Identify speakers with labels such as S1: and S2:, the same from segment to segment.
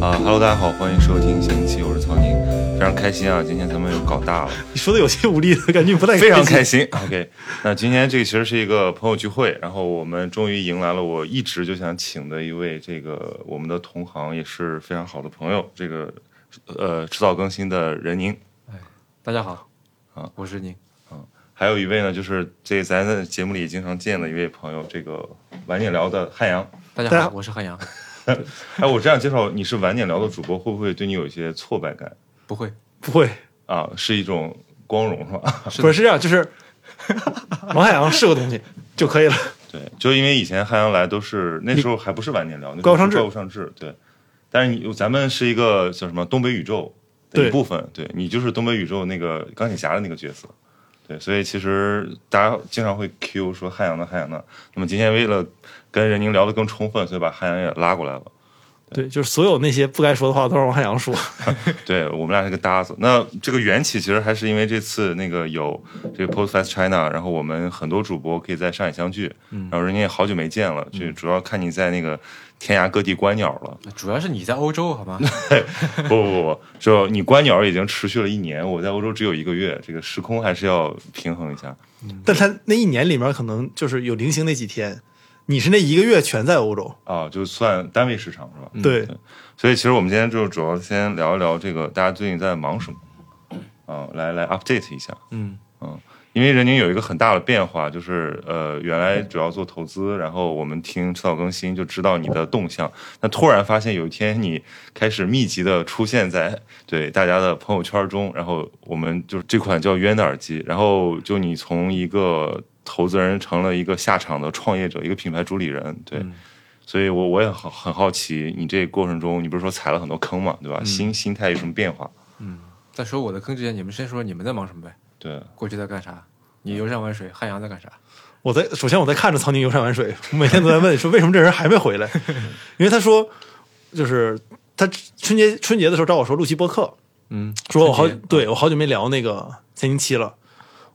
S1: 啊，Hello，大家好，欢迎收听新一期，我是曹宁，非常开心啊，今天咱们又搞大了，
S2: 你说的有些无力的感觉，不太
S1: 非常
S2: 哎开
S1: 开
S2: 心。
S1: 心。OK，那今天这个其实是一个朋友聚会，然后我们终于迎来了我一直就想请的一位这个我们的同行，也是非常好的朋友，这个呃迟早更新的任宁。
S3: 大家好，
S1: 啊，
S3: 我是宁。
S1: 还有一位呢，就是这咱在节目里经常见的一位朋友，这个晚点聊的汉阳。
S3: 大
S2: 大
S3: 家
S2: 家
S3: 好，我是汉阳。
S1: 哎，我这样介绍你是晚点聊的主播，会不会对你有一些挫败感
S3: 不会，
S2: 不会，
S1: 啊？是一种光荣是吧？
S2: 不是是这样，就是王海洋是个东西就可以了。
S1: 对，就因为以前汉阳来都是那时候还不是晚点聊，那时候
S2: 怪物上
S1: 是
S2: 志
S1: 怪物上志对。但是你咱们是一个叫什么东北宇宙的
S2: 对
S1: 一部分，对你就是东北宇宙那个钢铁侠的那个角色，对，所以其实大家经常会 Q 说汉阳的汉阳的。那么今天为了跟任宁聊得更充分，所以把汉阳也拉过来了。
S2: 对，就是所有那些不该说的话都让王海洋说。
S1: 对我们俩是个搭子。那这个缘起其实还是因为这次那个有这个 Post Fest China，然后我们很多主播可以在上海相聚，然后人家也好久没见了，就主要看你在那个天涯各地观鸟了。
S3: 主要是你在欧洲，啊好吗？
S1: 不不不不，就你观鸟已经持续了一年，我在欧洲只有一个月，这个时空还是要平衡一下。
S2: 但他那一年里面可能就是有零星那几天，你是那一个月全在欧洲。
S1: 啊，就算单位时长是吧？
S2: 嗯对，
S1: 所以其实我们今天就主要先聊一聊这个大家最近在忙什么，啊，来来 update 一下。
S3: 嗯
S1: 嗯，因为人宁有一个很大的变化，就是呃，原来主要做投资，然后我们听迟早更新就知道你的动向，那突然发现有一天你开始密集的出现在对大家的朋友圈中，然后我们就是这款叫冤的耳机，然后就你从一个投资人成了一个下场的创业者，一个品牌主理人，对。所以我我也好很好奇，你这个过程中，你不是说踩了很多坑嘛，对
S2: 嗯
S1: 吧？心心态有什么变化？
S3: 在说我的坑之前，你们先说你们在忙什么呗？
S1: 对，
S2: 哎
S3: 过去在干啥？你游山玩水，汉阳在干啥？
S2: 我在首先我在看着曹宁游山玩水，我每天都在问说为什么这人还没回 来，因为他说就是他春节春节的时候找我说录期播客，
S3: 嗯，
S2: 说我好
S3: 春节
S2: 对我好久没聊那个前星期了，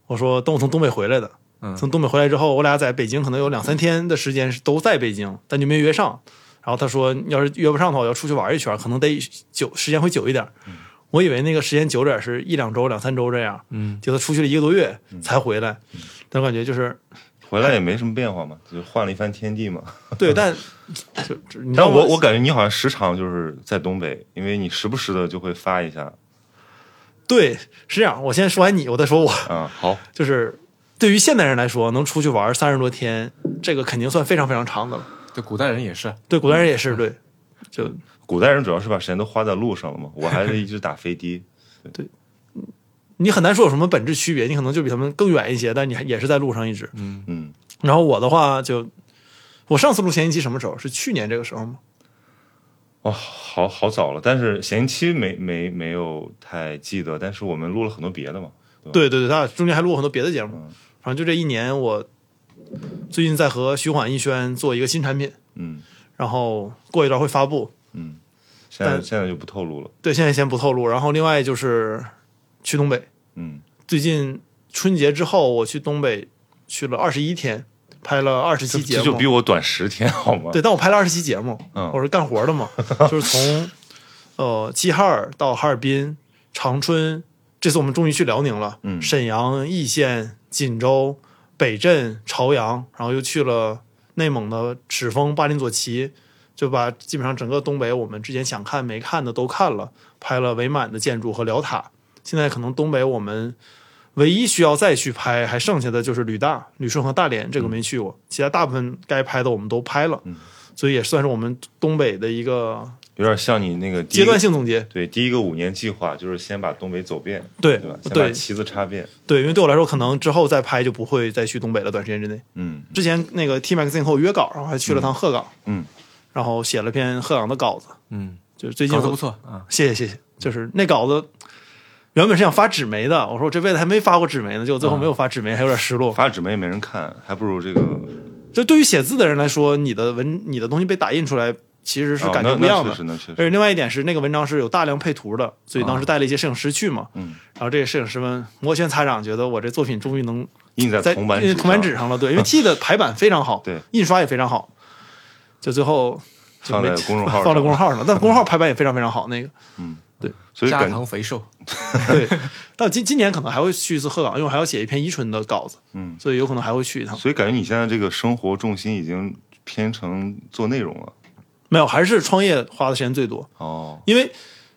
S2: 我说等我从东北回来的，
S3: 嗯
S2: 从东北回来之后，我俩在北京可能有两三天的时间是都在北京，但就没约上。然后他说，要是约不上的话，我要出去玩一圈，可能得久时间会久一点。我以为那个时间久点是一两周、两三周这样，
S3: 嗯，
S2: 结果出去了一个多月才回来，但我感觉就是
S1: 回来也没什么变化嘛，就换了一番天地嘛。
S2: 对，但就就你知道
S1: 但我我感觉你好像时常就是在东北，因为你时不时的就会发一下
S2: 对是这样，我先说完你，我再说我，
S1: 啊。好，
S2: 就是对于现代人来说，能出去玩三十多天，这个肯定算非常非常长的了。
S3: 对，古代人也是。
S2: 对，古代人也
S1: 嗯
S2: 是对，就
S1: 古代人主要是把时间都花在路上了嘛，我还是一直打飞的。
S2: 你很难说有什么本质区别，你可能就比他们更远一些，但你还也是在路上一直。
S1: 嗯，
S2: 然后我的话就，我上次录前一期什么时候？是去年这个时候
S1: 嗯
S2: 吗？
S1: 哇、哦好好早了，但是前期没没没有太记得，但是我们录了很多别的嘛。
S2: 对对对，他俩中间还录过很多别的节目
S1: 嗯，
S2: 反正就这一年，我最近在和徐缓、逸轩做一个新产品，
S1: 嗯
S2: 然后过一段会发布。
S1: 嗯，现在
S2: 但
S1: 现在就不透露了。
S2: 对，现在先不透露。然后另外就是去东北，
S1: 嗯
S2: 最近春节之后我去东北去了二十一天，拍了二十
S1: 这
S2: 期节
S1: 这
S2: 目，
S1: 就比我短十天好吗？
S2: 对，但我拍了二十期节目，
S1: 嗯
S2: 我是干活 的嘛，就是从呃齐齐哈尔到哈尔滨、长春，这次我们终于去辽宁了，
S1: 嗯
S2: 沈阳、易县、锦州、北镇、朝阳，然后又去了内蒙的赤峰、巴林左旗，就把基本上整个东北我们之前想看没看的都看了，拍了伪满的建筑和辽塔。现在可能东北我们唯一需要再去拍，还剩下的就是旅大、旅顺和大连，这个没去过，其他大部分该拍的我们都拍了，
S1: 嗯
S2: 所以也算是我们东北的一个
S1: 有点像你那个第一
S2: 阶
S1: 个
S2: 段。性总结。
S1: 对，第一个五年计划就是先把东北走遍，
S2: 对
S1: 对吧？先把
S2: 对
S1: 旗子插遍。
S2: 对，因为对我来说，可能之后再拍就不会再去东北了，短时间之内。
S1: 嗯
S2: 之前那个 T Magazine 和我约稿，然后还去了趟鹤岗，
S1: 嗯，
S2: 然后写了篇鹤岗的稿子，
S3: 嗯，
S2: 就是最近
S3: 搞得
S2: 我
S3: 不错啊。
S2: 谢谢谢谢，就是那稿子原本是想发纸媒的，我说我这辈子还没发过纸媒呢，结果最后没
S1: 嗯
S2: 有发纸媒，还有点失落。
S1: 发纸媒也没人看，还不如这个
S2: 就对于写字的人来说，你的文你的东西被打印出来，其实是
S1: 哦
S2: 感觉
S1: 那
S2: 不一样的
S1: 那确。实，那确
S2: 而
S1: 实，
S2: 且另外一点是，那个文章是有大量配图的，所以当时带了一些摄影师去嘛。
S1: 啊嗯，
S2: 然后这个摄影师们摩拳擦掌，觉得我这作品终于能
S1: 印在
S2: 在呃
S1: 铜板
S2: 因为
S1: 纸，
S2: 铜板纸，上了，对，因为 T 的排版非常好，
S1: 对，
S2: 印刷也非常好。就最后就
S1: 放
S2: 没
S1: 在公众号
S2: 放在公
S1: 上，
S2: 众号 上，但公众号排版也非常非常好。那个
S1: 所以
S3: 加
S1: 感
S3: 糖肥瘦，
S2: 对， 但今今年可能还会去一次鹤岗，因为我还要写一篇伊春的稿子，
S1: 嗯，
S2: 所以有可能还会去一趟。
S1: 所以感觉你现在这个生活重心已经偏成做内容了。
S2: 没有，还是创业花的时间最多，
S1: 哦，
S2: 因为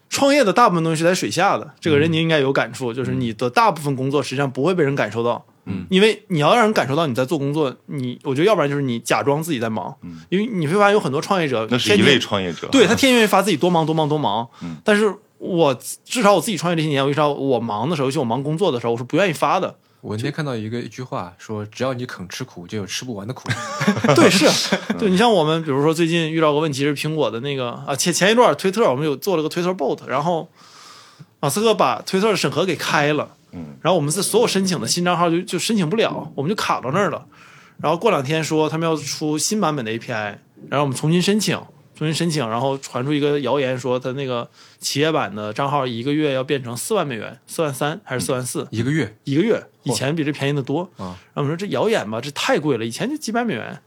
S2: 创业的大部分东西是在水下的。这个
S1: 嗯
S2: 人您应该有感触，就是你的大部分工作实际上不会被人感受到。
S3: 嗯，
S2: 因为你要让人感受到你在做工作，你我觉得要不然就是你假装自己在忙，
S1: 嗯
S2: 因为你会发现有很多创业者
S1: 那是
S2: 天
S1: 一
S2: 天
S1: 类创业者，
S2: 对他天天愿意发自己多忙多忙多忙，
S1: 嗯
S2: 但是我至少我自己创业这些年，我意识到我忙的时候，尤其我忙工作的时候，我是不愿意发的。
S3: 我那天看到一个一句话说，只要你肯吃苦，就有吃不完 的苦。
S2: 对，是，啊对你像我们，比如说最近遇到个问题是苹果的那个啊，前前一段推特我们有做了个推特 bot，然后马斯克把推特的审核给开了，
S1: 嗯，
S2: 然后我们是所有申请的新账号就就申请不了，我们就卡到那儿了。然后过两天说他们要出新版本的 API，然后我们重新申请，重新申请，然后传出一个谣言说他那个企业版的账号一个月要变成四万美元，四万三还是四万四？
S3: 一个月，
S2: 一个月，以前比这便宜的多。
S3: 啊
S2: 然后我们说这谣言吧，这太贵了，以前就几百美元，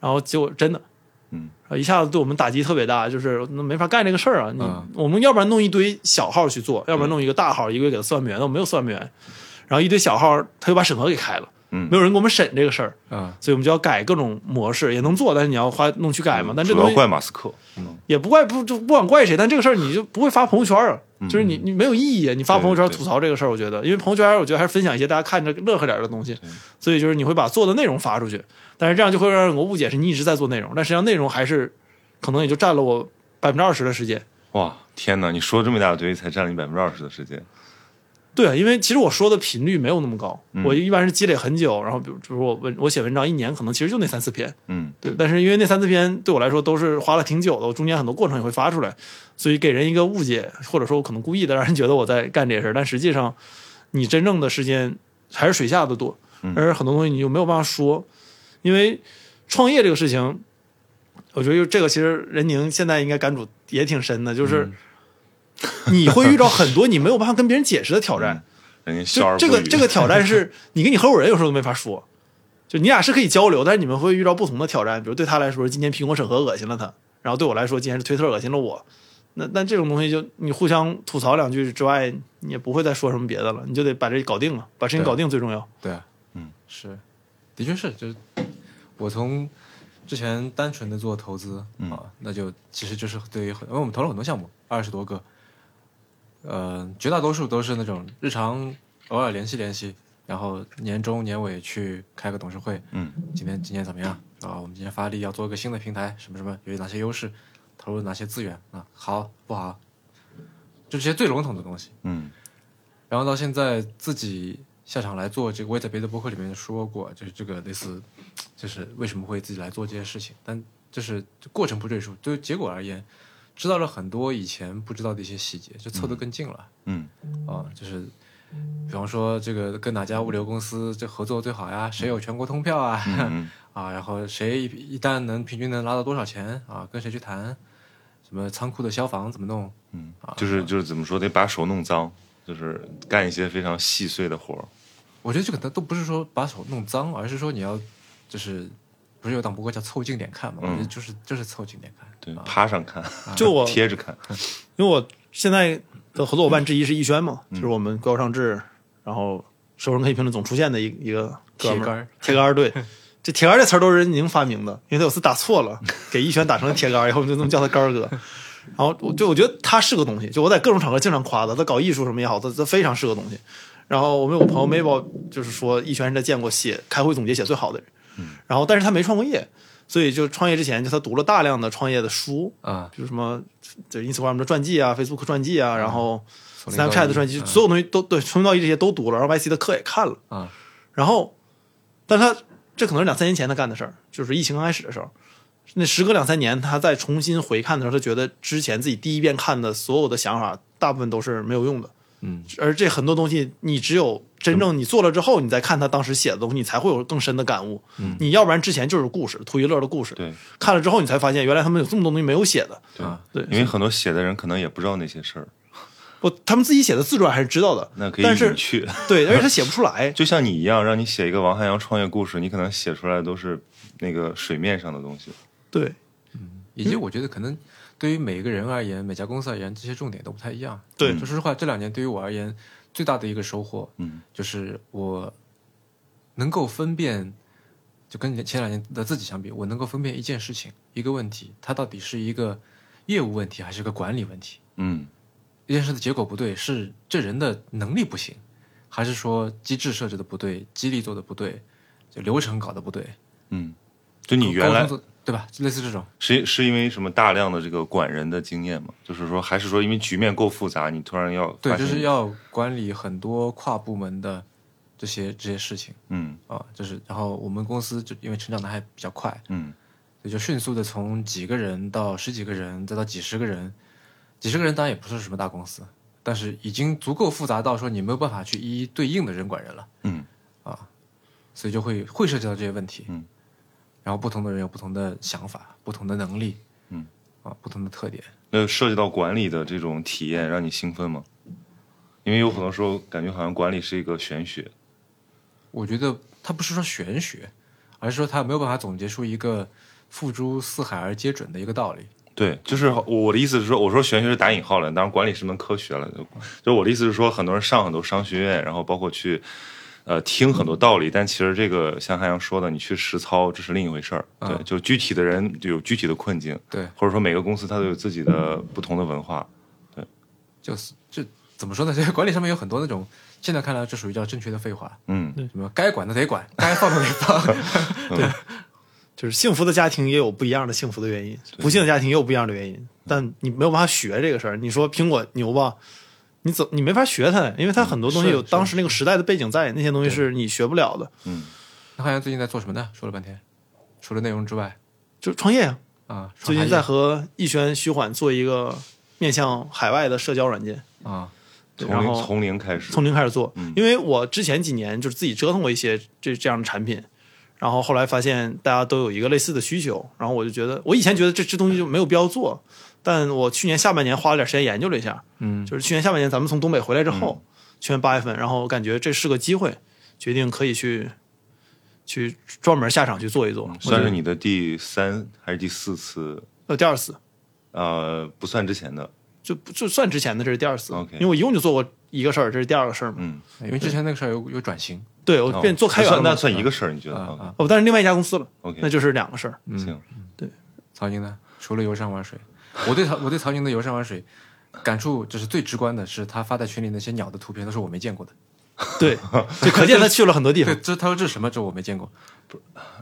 S2: 然后结果真的，啊
S1: 嗯，
S2: 一下子对我们打击特别大，就是那没法干这个事儿啊。你、
S3: 啊
S2: 我们要不然弄一堆小号去
S1: 嗯
S2: 做，要不然弄一个大号，一个月给他四万美元，那我没有四万美元，然后一堆小号他又把审核给开了，
S1: 嗯
S2: 没有人给我们审这个事儿，
S3: 啊，
S2: 所以我们就要改各种模式，也能做，但是你要花弄去改嘛，但
S1: 嗯
S2: 这
S1: 主
S2: 东
S1: 要
S2: 西
S1: 怪马斯克，
S2: 也不怪不就不管怪谁，但这个事儿你就不会发朋友圈啊，就是你你没有意义啊，你发朋友圈
S1: 嗯对对
S2: 吐槽这个事儿，我觉得，因为朋友圈我觉得还是分享一些大家看着乐呵点儿的东西，所以就是你会把做的内容发出去，但是这样就会让我误解是你一直在做内容，但实际上内容还是可能也就占了我百分之二十的时间。
S1: 哇，天哪！你说这么一大堆，才占了你百分之二十的时间。
S2: 对啊，因为其实我说的频率没有那么高，
S1: 嗯
S2: 我一般是积累很久，然后比如比如我文我写文章一年可能其实就那三四篇，
S1: 嗯，
S2: 对，但是因为那三四篇对我来说都是花了挺久的，我中间很多过程也会发出来，所以给人一个误解，或者说我可能故意的让人觉得我在干这些事儿，但实际上你真正的时间还是水下的多
S1: 嗯，
S2: 而很多东西你就没有办法说，因为创业这个事情，我觉得这个其实任宁现在应该感触也挺深的，
S1: 嗯
S2: 就是你会遇到很多你没有办法跟别人解释的挑战。
S1: 人家笑
S2: 就
S1: 而不
S2: 这
S1: 语。
S2: 个这个挑战是你跟你合伙人有时候都没法说，就你俩是可以交流，但是你们会遇到不同的挑战。比如对他来说，今天苹果审核恶心了他，然后对我来说，今天是推特恶心了我。那那这种东西就你互相吐槽两句之外，你也不会再说什么别的了，你就得把这搞定了，把事情
S3: 对
S2: 搞定最重要。
S3: 对，啊
S1: 嗯，
S3: 是，的确是，就是我从之前单纯的做投资、
S1: 嗯
S3: 啊，那就其实就是对于很，因为我们投了很多项目，二十多个，呃，绝大多数都是那种日常偶尔联系联系，然后年终年尾去开个董事会，
S1: 嗯，
S3: 今天今年怎么样啊？我们今天发力要做一个新的平台，什么什么有哪些优势，投入哪些资源啊？好不好？就这些最笼统的东西。
S1: 嗯
S3: 然后到现在自己下场来做这个，我也在别的博客里面说过，就是这个类似，就是为什么会自己来做这些事情，但就是过程不赘述，对于结果而言，知道了很多以前不知道的一些细节，就凑得更近了、
S1: 嗯
S3: 啊，就是。比方说，这个跟哪家物流公司这合作最好呀？谁有全国通票啊？
S1: 嗯
S3: 啊，然后谁一一旦能平均能拉到多少钱啊？跟谁去谈？什么仓库的消防怎么弄？
S1: 嗯，就是就是怎么说，得把手弄脏，就是干一些非常细碎的活儿。
S3: 我觉得这个都都不是说把手弄脏，而是说你要就是不是有档博客叫凑近点看嘛？
S1: 嗯
S3: 我觉得就是就是凑近点看。
S1: 对，
S3: 啊
S1: 趴上看，
S2: 就我
S1: 贴着看。
S2: 因为我现在的合作伙伴之一是逸轩嘛，
S1: 嗯
S2: 就是我们高尚志，然后熟人可以评论总出现的一一个哥们
S3: 铁杆
S2: 儿
S3: 儿，
S2: 铁杆儿对。这铁杆儿这词儿都是任宁发明的，因为他有次打错了，给逸轩打成了铁杆儿，以后我们就这么叫他杆儿哥。然后我就我觉得他是个东西，就我在各种场合经常夸他，他搞艺术什么也好，他他非常是个东西。然后我们有个朋友 Mabel 就是说，逸轩是他见过写开会总结写最好的人，然后但是他没创过业，所以就创业之前就他读了大量的创业的书，
S3: 啊，
S2: 比如什么就 Instagram 的传记啊、Facebook 传记啊，然后
S3: 从哦零到一
S2: Snapchat 的传记，所有东西都对从零到一这些都读了，然后 YC 的课也看了，
S3: 啊，
S2: 然后，但他这可能是两三年前他干的事儿，就是疫情刚开始的时候，那时隔两三年，他再重新回看的时候，他觉得之前自己第一遍看的所有的想法，大部分都是没有用的，
S3: 嗯，
S2: 而这很多东西，你只有真
S1: 嗯
S2: 正你做了之后，你再看他当时写的东西，你才会有更深的感悟，你要不然之前就是故事，图一乐的故事，
S1: 嗯对
S2: 看了之后你才发现原来他们有这么多东西没有写的，
S1: 对
S3: 啊，
S2: 对，
S1: 因为很多写的人可能也不知道那些事儿，
S2: 不，他们自己写的自传还是知道的，
S1: 那可以
S2: 但是
S1: 隐去。。
S2: 对，而且他写不出 来
S1: 就像你一样，让你写一个王汉阳创业故事，你可能写出来都是那个水面上的东西。
S2: 对，
S3: 以及我觉得可能对于每个人而言，每家公司而言，这些重点都不太一样。嗯
S2: 对
S3: 说实话，这两年对于我而言，最大的一个收获，
S1: 嗯，
S3: 就是我能够分辨，就跟前两年的自己相比，我能够分辨一件事情、一个问题，它到底是一个业务问题还是个管理问题。
S1: 嗯
S3: 一件事的结果不对，是这人的能力不行，还是说机制设置的不对，激励做的不对，就流程搞得不对？
S1: 嗯，就你原
S3: 沟
S1: 来
S3: 通做对吧？类似这种，
S1: 是是因为什么大量的这个管人的经验吗？就是说，还是说因为局面够复杂，你突然要
S3: 对，
S1: 发现
S3: 就是要管理很多跨部门的这些这些事情
S1: 嗯
S3: 啊，就是然后我们公司就因为成长的还比较快，
S1: 嗯
S3: 也就迅速的从几个人到十几个人，再到几十个人，几十个人当然也不是什么大公司，但是已经足够复杂到说你没有办法去一一对应的人管人了。啊
S1: 嗯
S3: 所以就会会涉及到这些问题。
S1: 嗯，
S3: 然后不同的人有不同的想法、不同的能力，
S1: 嗯，
S3: 啊，不同的特点。
S1: 那涉及到管理的这种体验，让你兴奋吗？因为有很多时候感觉好像管理是一个玄学，
S3: 我觉得它不是说玄学，而是说它没有办法总结出一个付诸四海而皆准的一个道理。
S1: 对，就是我我的意思是说，我说玄学是打引号了，当然管理是门科学了。就就我的意思是说，很多人上很多商学院，然后包括去呃听很多道理，但其实这个像汉阳说的，你去实操这是另一回事儿。对，
S3: 嗯
S1: 就具体的人有具体的困境，
S3: 对，
S1: 或者说每个公司它都有自己的不同的文化。
S3: 就是这怎么说呢？这 个管理上面有很多那种现在看来这属于叫正确的废话，
S1: 嗯
S3: 什么该管的得管，该放的得放。
S2: 就是幸福的家庭也有不一样的幸福的原因，不幸的家庭也有不一样的原因，但你没有办法学这个事儿。你说苹果牛吧，你怎你没法学它，因为它很多东西
S3: 嗯是
S2: 有当时那个时代的背景在，那些东西是你学不了的。
S1: 嗯，
S3: 那汉阳最近在做什么呢？说了半天，除了内容之外
S2: 就创业呀，
S3: 啊，
S2: 最
S3: 创
S2: 近
S3: 业
S2: 在和逸轩、徐缓做一个面向海外的社交软件，
S3: 啊，
S2: 对
S1: 从
S2: 然
S1: 零
S2: 后
S1: 从零开始。
S2: 从零开始做
S1: 嗯，
S2: 因为我之前几年就是自己折腾过一些这这样的产品，然后后来发现大家都有一个类似的需求，然后我就觉得，我以前觉得这这东西就没有必要做，但我去年下半年花了点时间研究了一下，
S3: 嗯，
S2: 就是去年下半年咱们从东北回来之后，嗯去年八月份，然后我感觉这是个机会，决定可以去去专门下场去做一做，我觉
S1: 嗯算
S2: 得
S1: 是你的第三还是第四次？
S2: 呃第二次，
S1: 呃，不算之前的。
S2: 就不就算之前的这是第二次
S1: OK
S2: 因为我一共就做过一个事儿，这是第二个事儿嘛，
S1: 嗯，
S3: 因为之前那个事儿有有转型
S2: 对我变做开
S1: 哦
S2: 源嗯
S1: 算
S2: 的
S1: 那，算一个事儿，你觉得
S3: 啊啊。
S2: 哦，但是另外一家公司了，
S1: ？OK，
S2: 那就是两个事儿。
S3: 嗯
S1: 行，
S3: 曹宁呢？除了游山玩水，我对曹我对曹宁的游山玩水感触就是最直观的是，他发在群里那些鸟的图片都是我没见 过的。
S2: 对，就可见他去了很多地
S3: 对，
S2: 方。
S3: 这他说这是什么？这我没见过。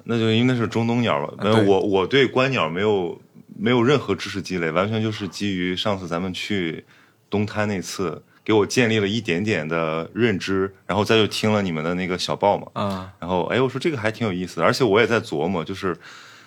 S1: 那就因为那是中东鸟吧。没有，
S3: 对
S1: 我我对观鸟没有没有任何知识积累，完全就是基于上次咱们去东滩那次，给我建立了一点点的认知，然后再就听了你们的那个小报嘛。
S3: 啊、
S1: 然后哎，我说这个还挺有意思的，而且我也在琢磨，就是，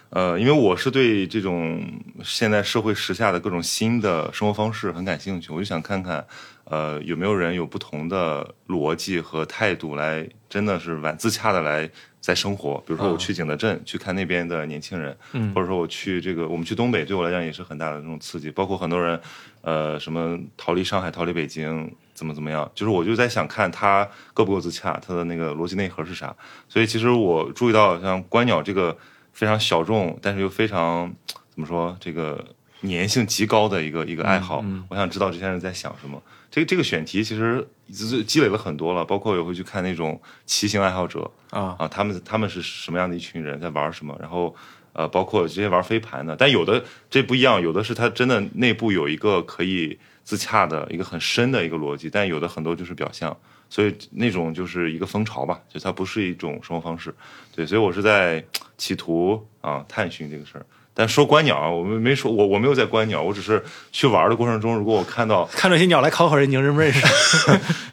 S1: 呃，因为我是对这种现在社会时下的各种新的生活方式很感兴趣，我就想看看，呃，有没有人有不同的逻辑和态度来，真的是完自洽的来在生活。比如说我去景德镇、去看那边的年轻人，
S3: 嗯
S1: 或者说我去这个我们去东北，对我来讲也是很大的这种刺激，包括很多人，呃，什么逃离上海、逃离北京。怎么怎么样？就是我就在想看它够不够自洽，它的那个逻辑内核是啥。所以其实我注意到，像观鸟这个非常小众，但是又非常怎么说，这个粘性极高的一个一个爱好。我想知道这些人在想什么。这个这个选题其实积积累了很多了，包括也会去看那种骑行爱好者
S3: 啊
S1: 啊，他们他们是什么样的一群人，在玩什么，然后。呃，包括这些玩飞盘的，但有的这不一样，有的是它真的内部有一个可以自洽的一个很深的一个逻辑，但有的很多就是表象。所以那种就是一个风潮吧，就它不是一种生活方式。对，所以我是在企图啊探寻这个事儿。但说观鸟啊，我们没说，我我没有在观鸟，我只是去玩的过程中，如果我看到，
S2: 看着一些鸟来考考人，你认不认识？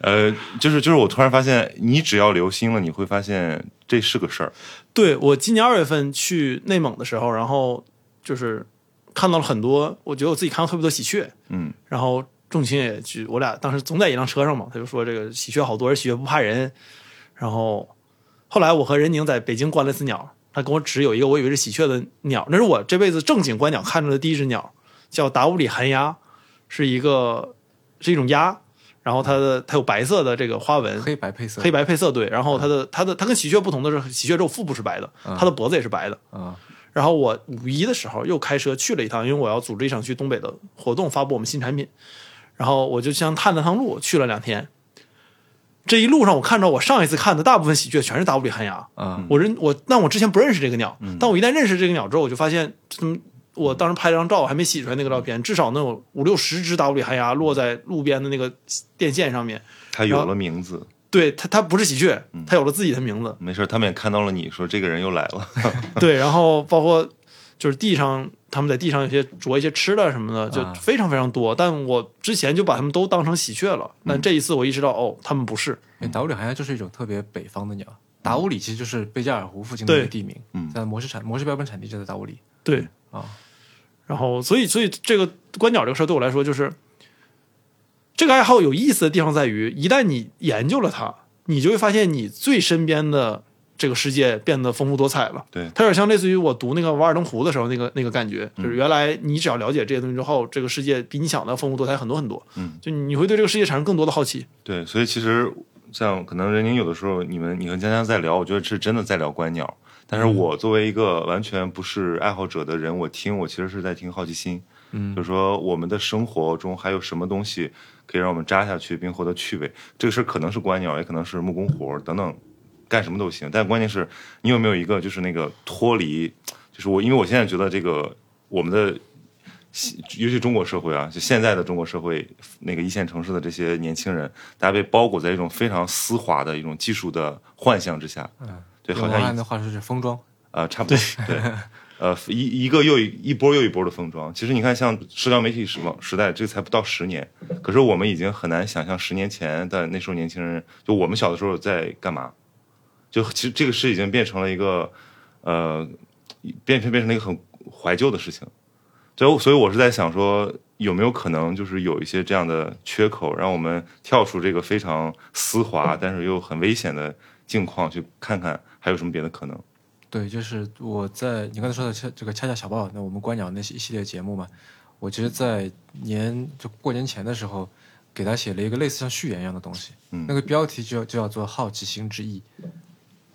S1: 呃，就是就是我突然发现，你只要留心了，你会发现这是个事儿。
S2: 对我今年二月份去内蒙的时候，然后就是看到了很多，我觉得我自己看到特别多喜鹊，
S1: 嗯
S2: 然后仲卿也去，我俩当时总在一辆车上嘛，他就说这个喜鹊好多，而喜鹊不怕人。然后后来我和任宁在北京观了一次鸟，他跟我指有一个我以为是喜鹊的鸟，那是我这辈子正经观鸟看着的第一只鸟，叫达乌里寒鸦，是一个是一种鸭，然后它的它有白色的这个花纹，
S3: 黑白配色，
S2: 黑白配色对，然后它的它的它跟喜鹊不同的是，喜鹊只有腹部是白的，它的脖子也是白的。
S3: 啊、
S2: 然后我五一的时候又开车去了一趟，因为我要组织一场去东北的活动，发布我们新产品。然后我就像探了趟路，去了两天。这一路上，我看到我上一次看的大部分喜鹊全是达布里寒鸦。
S3: 啊，
S2: 我认我，但我之前不认识这个鸟，但我一旦认识这个鸟之后，我就发现，嗯，我当时拍了张照，我还没洗出来那个照片，至少能有五六十只达布里寒鸦落在路边的那个电线上面。
S1: 他有了名字，
S2: 对它，它不是喜鹊，它有了自己的名字。
S1: 没事儿，他们也看到了你说这个人又来了，
S2: 对，然后包括就是地上，他们在地上有些啄一些吃的什么的，就
S3: 啊
S2: 非常非常多。但我之前就把它们都当成喜鹊了，但这一次我意识到，哦，它们不是。
S1: 嗯
S3: 因为达乌里寒鸦就是一种特别北方的鸟。达乌里其实就是贝加尔湖附近的一个
S2: 对
S3: 地名，
S1: 嗯
S3: 在模式产模式标本产地就在达乌里
S2: 对，
S3: 啊。
S2: 然后所以所以这个观鸟这个事儿对我来说，就是这个爱好有意思的地方在于，一旦你研究了它，你就会发现你最身边的。这个世界变得丰富多彩了，
S1: 对
S2: 它有点像类似于我读那个《瓦尔登湖》的时候那个那个感觉，就是原来你只要了解这些东西之后，这个世界比你想的要丰富多彩很多很多。
S1: 嗯，
S2: 就你会对这个世界产生更多的好奇。
S1: 对，所以其实像可能任宁有的时候，你们你和江江在聊，我觉得是真的在聊观鸟，但是
S3: 嗯
S1: 我作为一个完全不是爱好者的人，我听我其实是在听好奇心，
S3: 嗯
S1: 就是说我们的生活中还有什么东西可以让我们扎下去并获得趣味，这个事儿可能是观鸟，也可能是木工活儿等等，干什么都行，但关键是你有没有一个就是那个脱离，就是我因为我现在觉得这个我们的尤其中国社会啊，就现在的中国社会，那个一线城市的这些年轻人，大家被包裹在一种非常丝滑的一种技术的幻象之下，
S3: 嗯，
S1: 对，
S3: 用
S1: 好
S3: 王
S1: 像
S3: 翰
S1: 一
S3: 的话说是封装，
S1: 呃差不多对，呃一一个又一一波又一波的封装。其实你看，像社交媒体时往时代，这才不到十年，可是我们已经很难想象十年前的那时候年轻人，就我们小的时候在干嘛。就其实这个事已经变成了一个，呃，变成变成了一个很怀旧的事情。所以我，所以我是在想说，有没有可能就是有一些这样的缺口，让我们跳出这个非常丝滑但是又很危险的境况，去看看还有什么别的可能？
S3: 对，就是我在你刚才说的恰这个恰恰小报，那我们观鸟那一系列节目嘛，我其实，在年就过年前的时候，给他写了一个类似像序言一样的东西，
S1: 嗯
S3: 那个标题就就叫做《好奇心之翼》，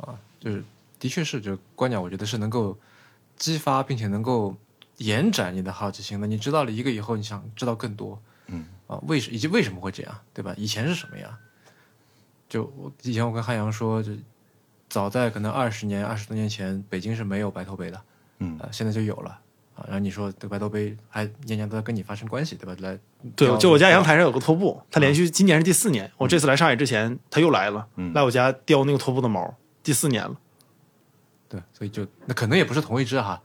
S3: 啊，就是的确是，就观鸟，我觉得是能够激发并且能够延展你的好奇心的。你知道了一个以后，你想知道更多，
S1: 嗯，
S3: 啊，为什以及为什么会这样，对吧？以前是什么样？就我以前我跟汉阳说，就早在可能二十年、二十多年前，北京是没有白头杯的，
S1: 嗯
S3: 呃，现在就有了啊。然后你说这个白头杯还年年都在跟你发生关系，对吧？来，
S2: 对啊嗯
S3: 钓，
S2: 就我家阳台上有个拖布，它连续今年是第四年，我这次来上海之前它又来了，
S1: 嗯
S2: 来我家叼那个拖布的毛，第四年了。
S3: 对，所以就那可能也不是同一只哈，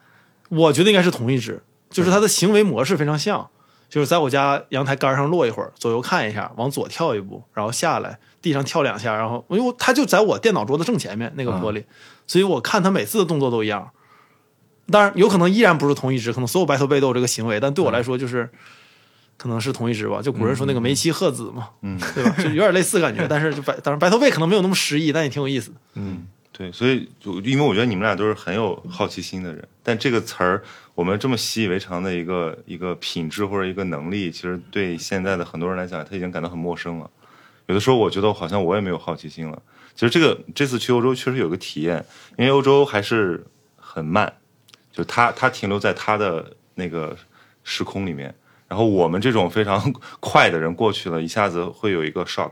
S2: 我觉得应该是同一只，就是它的行为模式非常像，就是在我家阳台杆上落一会儿，左右看一下，往左跳一步，然后下来地上跳两下，然后因为我它就在我电脑桌子正前面那个玻璃，所以我看它每次的动作都一样。当然，有可能依然不是同一只，可能所有白头贝都有这个行为，但对我来说就是。可能是同一只吧，就古人说那个梅妻鹤子嘛，
S1: 嗯，
S2: 对吧？就有点类似感觉，但是就白，当然白头贝可能没有那么诗意，但也挺有意思的。
S1: 嗯，对，所以就因为我觉得你们俩都是很有好奇心的人，但这个词儿我们这么习以为常的一个一个品质或者一个能力，其实对现在的很多人来讲，他已经感到很陌生了。有的时候我觉得好像我也没有好奇心了。其实这个这次去欧洲确实有个体验，因为欧洲还是很慢，就它它停留在它的那个时空里面，然后我们这种非常 快的人过去了，一下子会有一个 shock。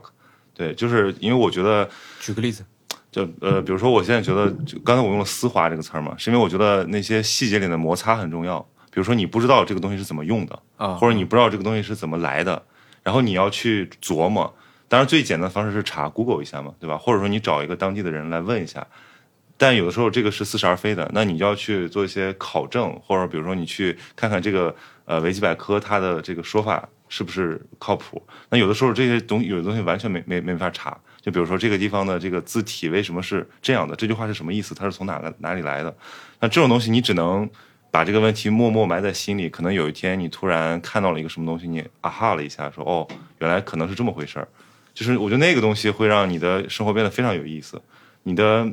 S1: 对，就是因为我觉得
S3: 举个例子，
S1: 就呃，比如说我现在觉得，就刚才我用了“丝滑”这个词儿嘛，是因为我觉得那些细节里的摩擦很重要。比如说你不知道这个东西是怎么用的，
S3: 啊
S1: 或者你不知道这个东西是怎么来的，然后你要去琢磨。当然，最简单的方式是查 Google 一下嘛，对吧？或者说你找一个当地的人来问一下。但有的时候这个是似是而非的，那你就要去做一些考证，或者比如说你去看看这个呃维基百科它的这个说法是不是靠谱。那有的时候这些东有的东西完全没没没法查，就比如说这个地方的这个字体为什么是这样的，这句话是什么意思，它是从哪来哪里来的？那这种东西你只能把这个问题默默埋在心里，可能有一天你突然看到了一个什么东西，你啊哈了一下，说哦，原来可能是这么回事儿。就是我觉得那个东西会让你的生活变得非常有意思，你的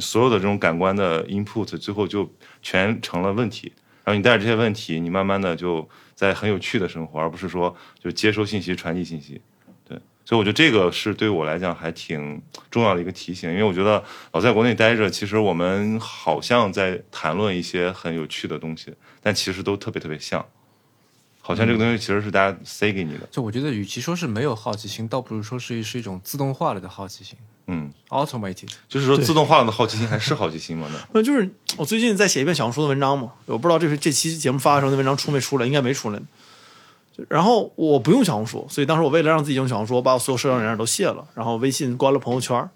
S1: 所有的这种感官的 input 最后就全成了问题，然后你带着这些问题，你慢慢的就在很有趣的生活，而不是说就接收信息、传递信息。对，所以我觉得这个是对我来讲还挺重要的一个提醒，因为我觉得老在国内待着，其实我们好像在谈论一些很有趣的东西，但其实都特别特别像，好像这个东西其实是大家塞给你的，
S3: 就我觉得，与其说是没有好奇心，倒不如说是是一种自动化了的好奇心
S1: 嗯，
S3: （automated）。
S1: 就是说
S2: 对
S1: 自动化了的好奇心还是好奇心吗？ 那
S2: 那就是我最近在写一篇小红书的文章嘛，我不知道这是这期节目发的时候那文章出没出来，应该没出来。就然后我不用小红书，所以当时我为了让自己用小红书，我把我所有社交软件都卸了，然后微信关了朋友圈，然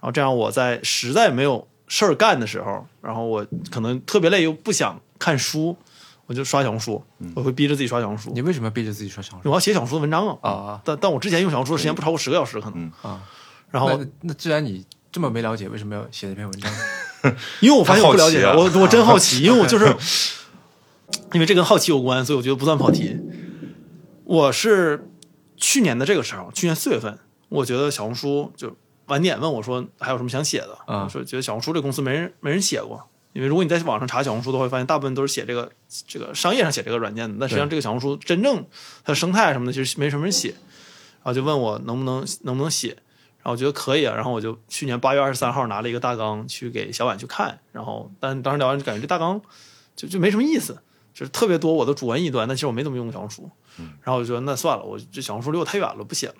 S2: 后这样我在实在没有事儿干的时候，然后我可能特别累又不想看书，我就刷小红书，我会逼着自己刷小红书
S3: 你，为什么要逼着自己说小红书
S2: 我要写小红书的文章啊。
S3: 啊
S2: 但但我之前用小红书的时间不超过十个小时，可能。
S1: 嗯
S3: 啊？
S2: 然后
S3: 那那既然你这么没了解，为什么要写那篇文章？
S2: 因为我发现我不了解，
S1: 他好奇啊
S2: 我我真好奇，因为我 就是因为这跟好奇有关，所以我觉得不算跑题。我是去年的这个时候，去年四月份，我觉得小红书就晚点问我说还有什么想写的，
S3: 啊
S2: 我说觉得小红书这公司没人没人写过，因为如果你在网上查小红书的话，会发现大部分都是写这个这个商业上写这个软件的，但实际上这个小红书真正它的生态什么的其实没什么人写，然后就问我能不能能不能写，然后我觉得可以啊，然后我就去年八月二十三号拿了一个大纲去给小婉去看，然后但当时聊完就感觉这大纲就就没什么意思，就是特别多我的主文一端，但其实我没怎么用过小红书，然后我就觉得那算了，我这小红书离我太远了，不写了。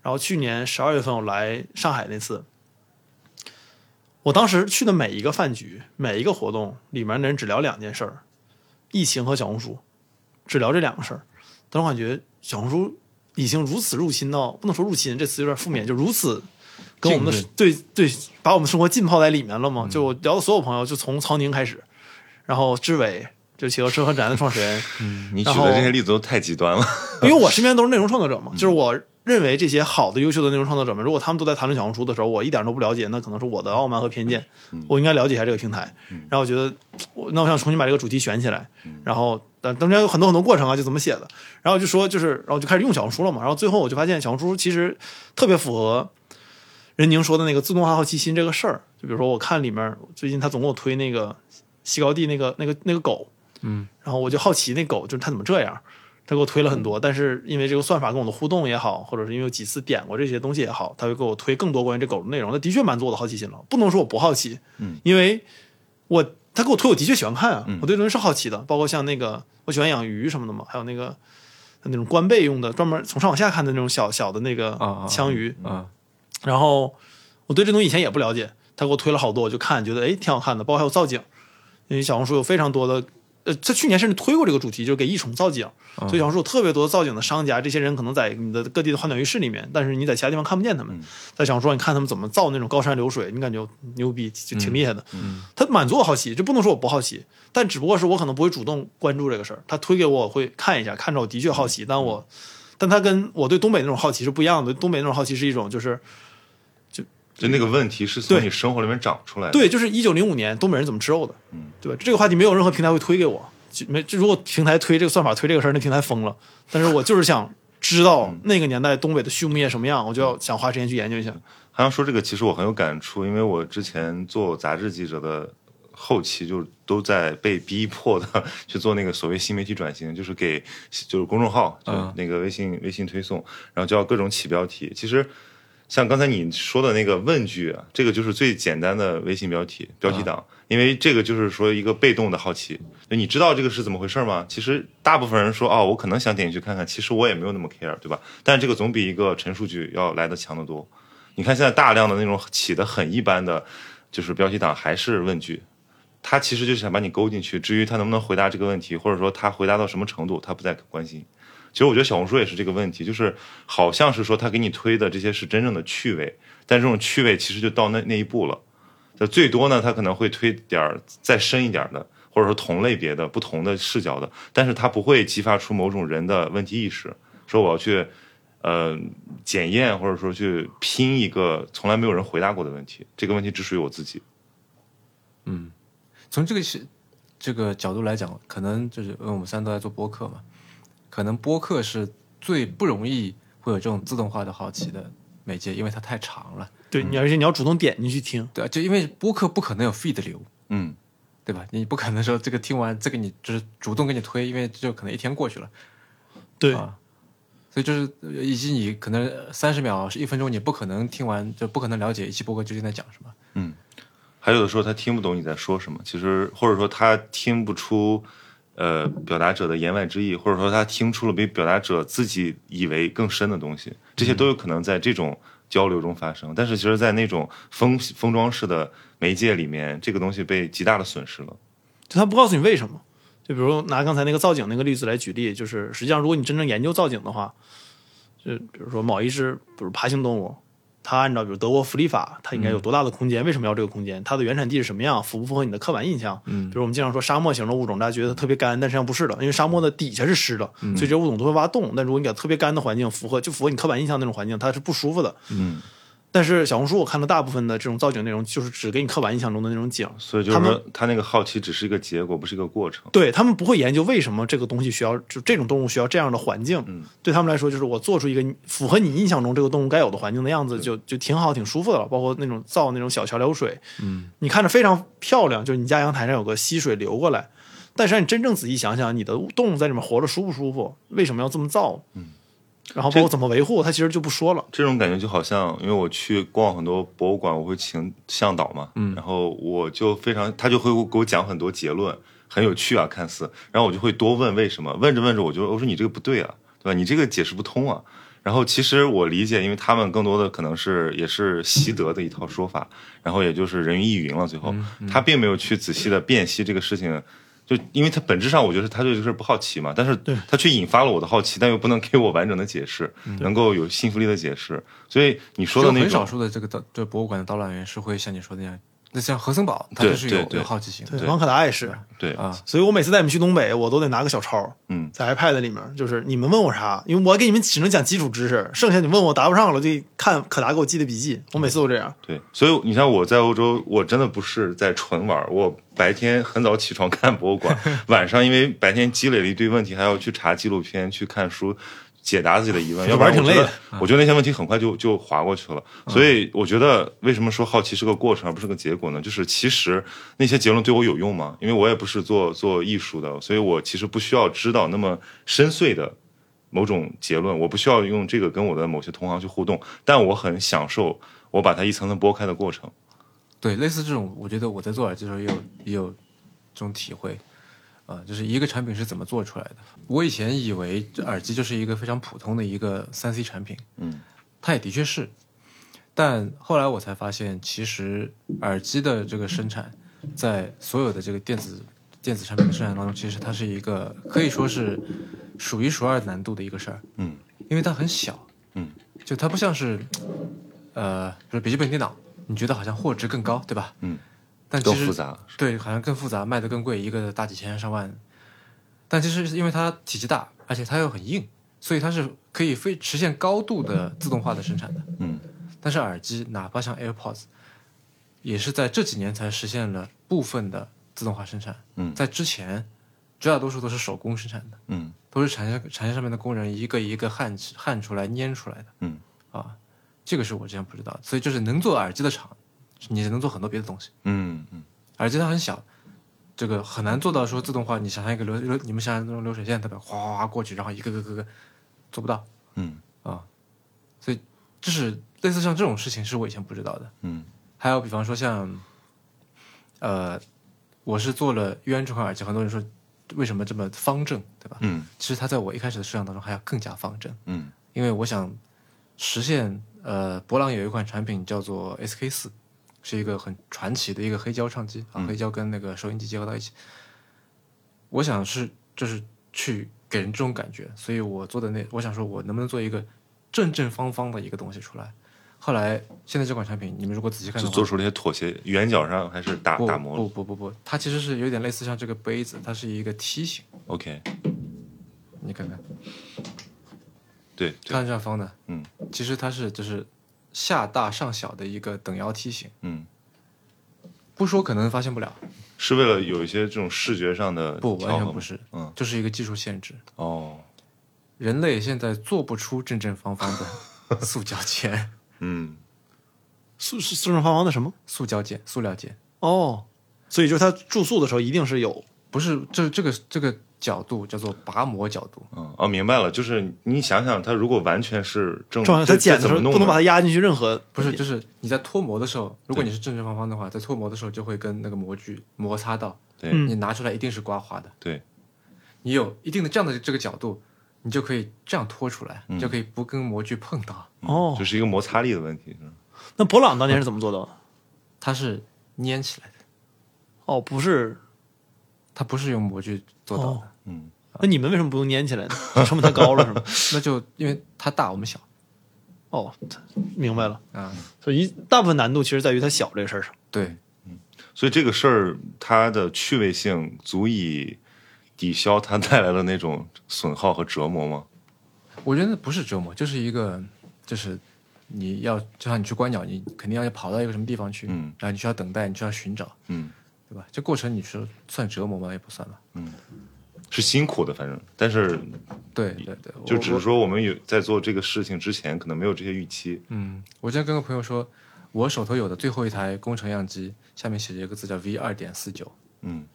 S2: 然后去年十二月份我来上海那次，我当时去的每一个饭局、每一个活动里面的人只聊两件事儿，疫情和小红书，只聊这两个事儿。但我感觉小红书已经如此入侵到，不能说入侵这词有点负面，就如此跟我们的
S3: 浸润
S2: 对对，把我们生活浸泡在里面了嘛。就我聊的所有朋友，就从曹宁开始，然后志伟，就企鹅车和宅的创始人，
S1: 你举
S2: 然后
S1: 的这些例子都太极端了，
S2: 因为我身边都是内容创作者嘛，就是我认为这些好的、优秀的内容创作者们，如果他们都在谈论小红书的时候，我一点都不了解，那可能是我的傲慢和偏见。我应该了解一下这个平台。然后我觉得，我那我想重新把这个主题选起来，然后但中间有很多很多过程啊，就怎么写的。然后我就说，就是然后我就开始用小红书了嘛。然后最后我就发现，小红书其实特别符合任宁说的那个自动化好奇心这个事儿。就比如说，我看里面最近他总给我推那个西高地那个那个那个狗，
S3: 嗯，
S2: 然后我就好奇那狗就是它怎么这样。他给我推了很
S3: 嗯
S2: 多，但是因为这个算法跟我的互动也好，或者是因为有几次点过这些东西也好，他会给我推更多关于这狗的内容。那的确满足我的好奇心了，不能说我不好奇，
S1: 嗯，
S2: 因为我他给我推，我的确喜欢看啊，
S1: 嗯
S2: 我对这东西是好奇的，包括像那个我喜欢养鱼什么的嘛，还有那个那种官贝用的，专门从上往下看的那种小小的那个
S3: 啊啊啊
S2: 枪鱼，
S3: 啊，
S2: 然后我对这东西以前也不了解，他给我推了好多，我就看，觉得哎挺好看的，包括还有造景，因为小红书有非常多的，呃，他去年甚至推过这个主题，就是给异宠造景，所以小红书有特别多造景的商家，这些人可能在你的各地的花鸟鱼市里面，但是你在其他地方看不见他们，在小红书上你看他们怎么造那种高山流水，你感觉牛逼，就挺厉害的，他满足我好奇，这不能说我不好奇，但只不过是我可能不会主动关注这个事儿，他推给我我会看一下，看着我的确好奇，但我。但他跟我对东北那种好奇是不一样的。东北那种好奇是一种，就是
S1: 就那个问题是从
S2: 对
S1: 你生活里面长出来的，
S2: 对，就是一九零五年东北人怎么吃肉的，对吧？这个话题没有任何平台会推给我，就没就如果平台推这个算法推这个事儿，那平台疯了。但是我就是想知道那个年代东北的畜牧业什么样，我就要想花时间去研究一下。
S1: 韩阳说这个，其实我很有感触，因为我之前做杂志记者的后期，就都在被逼迫的 去做那个所谓新媒体转型，就是给就是公众号，就
S3: 嗯
S1: 那个微信、微信推送，然后就要各种起标题。其实像刚才你说的那个问句啊，这个就是最简单的微信标题标题党，因为这个就是说一个被动的好奇，就你知道这个是怎么回事吗？其实大部分人说哦，我可能想点进去看看，其实我也没有那么 care，对吧？但这个总比一个陈述句要来的强得多。你看现在大量的那种起的很一般的，就是标题党还是问句，他其实就是想把你勾进去。至于他能不能回答这个问题，或者说他回答到什么程度，他不再关心。其实我觉得小红书也是这个问题，就是好像是说他给你推的这些是真正的趣味，但这种趣味其实就到那那一步了。就最多呢，他可能会推点儿再深一点儿的，或者说同类别的、不同的视角的，但是他不会激发出某种人的问题意识，说我要去呃检验或者说去拼一个从来没有人回答过的问题，这个问题只属于我自己。
S3: 从这个是这个角度来讲，可能就是因为我们三都在做播客嘛，可能播客是最不容易会有这种自动化的好奇的媒介，因为它太长了。
S2: 对，你而且你要主动点进去听，
S3: 对啊，就因为播客不可能有 feed 流，
S1: 嗯，
S3: 对吧？你不可能说这个听完这个你就是主动给你推，因为就可能一天过去了。
S2: 对，
S3: 啊，所以就是呃以及你可能三十秒是一分钟，你不可能听完就不可能了解一期播客究竟在讲什么。
S1: 还有的时候他听不懂你在说什么，其实或者说他听不出呃表达者的言外之意，或者说他听出了比表达者自己以为更深的东西，这些都有可能在这种交流中发生。但是其实，在那种封封装式的媒介里面，这个东西被极大的损失了。
S2: 就他不告诉你为什么。就比如拿刚才那个造景那个例子来举例，就是实际上如果你真正研究造景的话，就比如说某一只，比如爬行动物，它按照比如德国福利法，它应该有多大的空间？为什么要这个空间？它的原产地是什么样？符不符合你的刻板印象？嗯，比如我们经常说沙漠型的物种，大家觉得它特别干，但实际上不是的，因为沙漠的底下是湿的，所以这些物种都会挖洞。但如果你给它特别干的环境，符合就符合你刻板印象那种环境，它是不舒服的。
S1: 嗯，
S2: 但是小红书我看到大部分的这种造景内容，就是只给你刻板印象中的那种景，
S1: 所以就是
S2: 他们
S1: 说，他那个好奇只是一个结果，不是一个过程。
S2: 对他们不会研究为什么这个东西需要，就这种动物需要这样的环境。
S1: 嗯，
S2: 对他们来说，就是我做出一个符合你印象中这个动物该有的环境的样子，就就挺好，挺舒服的了。包括那种造那种小桥流水，嗯，你看着非常漂亮，就是你家阳台上有个溪水流过来，但是让你真正仔细想想，你的动物在里面活着舒不舒服？为什么要这么造？嗯，然后包括怎么维护，它其实就不说了。
S1: 这种感觉就好像，因为我去逛很多博物馆，我会请向导嘛，嗯，然后我就非常，他就会给我讲很多结论，很有趣啊，看似，然后我就会多问为什么，问着问着我就我说你这个不对啊，对吧？你这个解释不通啊。然后其实我理解，因为他们更多的可能是也是习得的一套说法，然后也就是人云亦云了。最
S3: 嗯
S1: 后他并没有去仔细的辨析这个事情，就因为他本质上我觉得他对这个事儿不好奇嘛，但是他却引发了我的好奇，但又不能给我完整的解释，能够有信服力的解释。所以你说的
S3: 只有
S1: 那
S3: 嗯很少
S1: 种，
S3: 数的这个导对博物馆的导览员是会像你说的那样，那像何森堡，他
S1: 对
S3: 就是
S1: 对
S3: 有
S1: 对
S3: 有好奇心的。
S2: 对，王可达也是。
S1: 对，
S3: 啊
S2: 所以我每次带你们去东北，我都得拿个小抄，
S1: 嗯
S2: 在 iPad 里面，就是你们问我啥，因为我给你们只能讲基础知识，剩下你问我答不上了，就看可达给我记的笔记，我每次都这样。
S1: 对，所以你像我在欧洲，我真的不是在纯玩儿，我白天很早起床 看博物馆，晚上因为白天积累了一堆问题，还要去查纪录片、去看书。解答自己的疑问，要不然
S2: 玩儿挺
S1: 我觉得
S2: 累的。嗯
S1: 我觉得那些问题很快就就划过去了，所以我觉得为什么说好奇是个过程而不是个结果呢？就是其实那些结论对我有用吗？因为我也不是做做艺术的，所以我其实不需要知道那么深邃的某种结论，我不需要用这个跟我的某些同行去互动，但我很享受我把它一层层剥开的过程。
S3: 对，类似这种，我觉得我在做耳机的时候也有也有这种体会，啊、就是一个产品是怎么做出来的。我以前以为这耳机就是一个非常普通的一个三 C 产品，
S1: 嗯，
S3: 它也的确是，但后来我才发现，其实耳机的这个生产，在所有的这个电子电子产品的生产当中，其实它是一个可以说是数一数二难度的一个事儿，
S1: 嗯，
S3: 因为它很小，
S1: 嗯，
S3: 就它不像是，呃，比如笔记本电脑，你觉得好像货值更高，对吧？
S1: 嗯，
S3: 但其
S1: 更
S3: 实
S1: 复杂。
S3: 对，好像更复杂，卖的更贵，一个大几千上万。但其实是因为它体积大，而且它又很硬，所以它是可以非实现高度的自动化的生产的。
S1: 嗯，
S3: 但是耳机，哪怕像 AirPods，也是在这几年才实现了部分的自动化生产。
S1: 嗯
S3: 在之前，绝大多数都是手工生产的。
S1: 嗯
S3: 都是产线产线上面的工人一个一个焊起焊出来、粘出来的。
S1: 嗯，
S3: 啊，这个是我之前不知道的，所以就是能做耳机的厂，你也能做很多别的东西。
S1: 嗯嗯
S3: 耳机它很小，这个很难做到说自动化。你想象一个流流，你们想象那种流水线，它得哗哗哗过去，然后一个个个个做不到
S1: 嗯
S3: 啊。所以就是类似像这种事情是我以前不知道的。
S1: 嗯
S3: 还有比方说像，呃，我是做了冤这款耳机，很多人说为什么这么方正，对吧？
S1: 嗯
S3: 其实它在我一开始的设想当中还要更加方正，
S1: 嗯
S3: 因为我想实现呃，博朗有一款产品叫做 SK 四，是一个很传奇的一个黑胶唱机
S1: 嗯
S3: 啊，黑胶跟那个收音机结合到一起。我想是就是去给人这种感觉，所以我做的那我想说，我能不能做一个正正方方的一个东西出来？后来现在这款产品，你们如果仔细看
S1: 就
S3: 的话，
S1: 做出了一些妥协，圆角上还是打
S3: 不
S1: 打磨了。
S3: 不不不不，它其实是有点类似像这个杯子，它是一个梯形，
S1: OK，
S3: 你看看。
S1: 对对，
S3: 看上方的，
S1: 嗯，
S3: 其实它是就是下大上小的一个等腰梯形，
S1: 嗯，
S3: 不说可能发现不了，
S1: 是为了有一些这种视觉上的
S3: 不完
S1: 调
S3: 全
S1: 和
S3: 不
S1: 吗
S3: 是，
S1: 嗯
S3: 就是一个技术限制。
S1: 哦，
S3: 人类现在做不出正正方方 的塑胶键，
S1: 嗯
S2: 素素素正方方的什么？
S3: 塑胶键，塑料键，
S2: 哦，所以就是他住宿的时候一定是有
S3: 不是这这个这个角度叫做拔模角度，
S1: 嗯，哦，明白了，就是你想想，它如果完全是正，
S2: 重要
S1: 这
S2: 它剪
S1: 这
S2: 的时
S1: 怎
S2: 候
S1: 么弄呢？
S2: 不能把它压进去任何，
S3: 不是就是你在脱模的时候，如果你是正正方方的话，在脱模的时候就会跟那个模具摩擦到，
S1: 对
S2: 嗯
S3: 你拿出来一定是刮花的。
S1: 对，
S3: 你有一定的这样的这个角度，你就可以这样拖出来，就可以不跟模具碰到。
S1: 嗯
S2: 哦
S1: 就是一个摩擦力的问题，是吧
S2: 那博朗当年是怎么做到的？
S3: 它是粘起来的，
S2: 哦，不是，
S3: 它不是用模具做到的。
S2: 哦
S1: 嗯，
S2: 那你们为什么不用粘起来呢？就成本太高了是吗？
S3: 那就因为它大我们小
S2: 哦，明白了。
S3: 啊，
S2: 所以大部分难度其实在于它小这个事儿上。
S3: 对，
S1: 所以这个事儿它的趣味性足以抵消它带来的那种损耗和折磨吗？
S3: 我觉得不是折磨，就是一个，就是你要就像你去观鸟，你肯定要跑到一个什么地方去，
S1: 嗯
S3: 然后你需要等待，你需要寻找，
S1: 嗯，
S3: 对吧？这过程你说算折磨吗？也不算吧。
S1: 是辛苦的，反正，但是
S3: 对对对，
S1: 就
S3: 我
S1: 只是
S3: 我
S1: 说我们有在做这个事情之前，可能没有这些预期。
S3: 嗯，我之前跟个朋友说，我手头有的最后一台工程样机，下面写着一个字叫 V 二点四九，
S1: 嗯，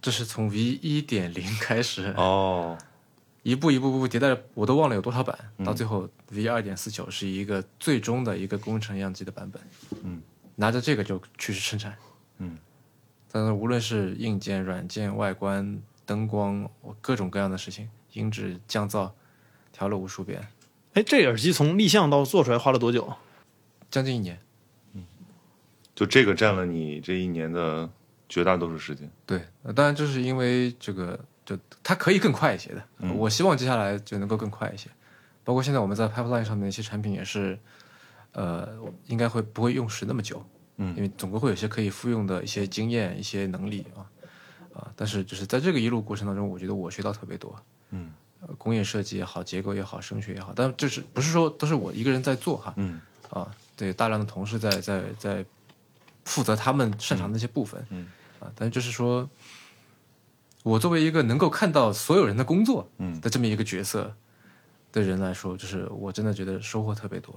S3: 这是从 V 一点零开始，
S1: 哦，
S3: 一步一步步步迭代，我都忘了有多少版，
S1: 嗯
S3: 到最后 V 二点四九是一个最终的一个工程样机的版本。
S1: 嗯，
S3: 拿着这个就去生产。
S1: 嗯，
S3: 但是无论是硬件、软件、外观、灯光，各种各样的事情，音质、降噪，调了无数遍，
S2: 哎，这耳机从立项到做出来花了多久？啊
S3: 将近一年。
S1: 就这个占了你这一年的绝大多数时间。
S3: 对，呃当然这是因为这个，就它可以更快一些的。呃
S1: 嗯
S3: 我希望接下来就能够更快一些，包括现在我们在 Pipeline 上面的一些产品也是，呃，应该会不会用时那么久？
S1: 嗯
S3: 因为总归会有些可以复用的一些经验、一些能力啊啊。但是就是在这个一路过程当中，我觉得我学到特别多。
S1: 嗯
S3: 呃，工业设计也好，结构也好，声学也好，但这是不是说都是我一个人在做哈？
S1: 嗯
S3: 啊，对，大量的同事在在在负责他们擅长的那些部分，
S1: 嗯
S3: 啊，但是就是说，我作为一个能够看到所有人的工作
S1: 嗯，
S3: 的这么一个角色的人来说，就是我真的觉得收获特别多，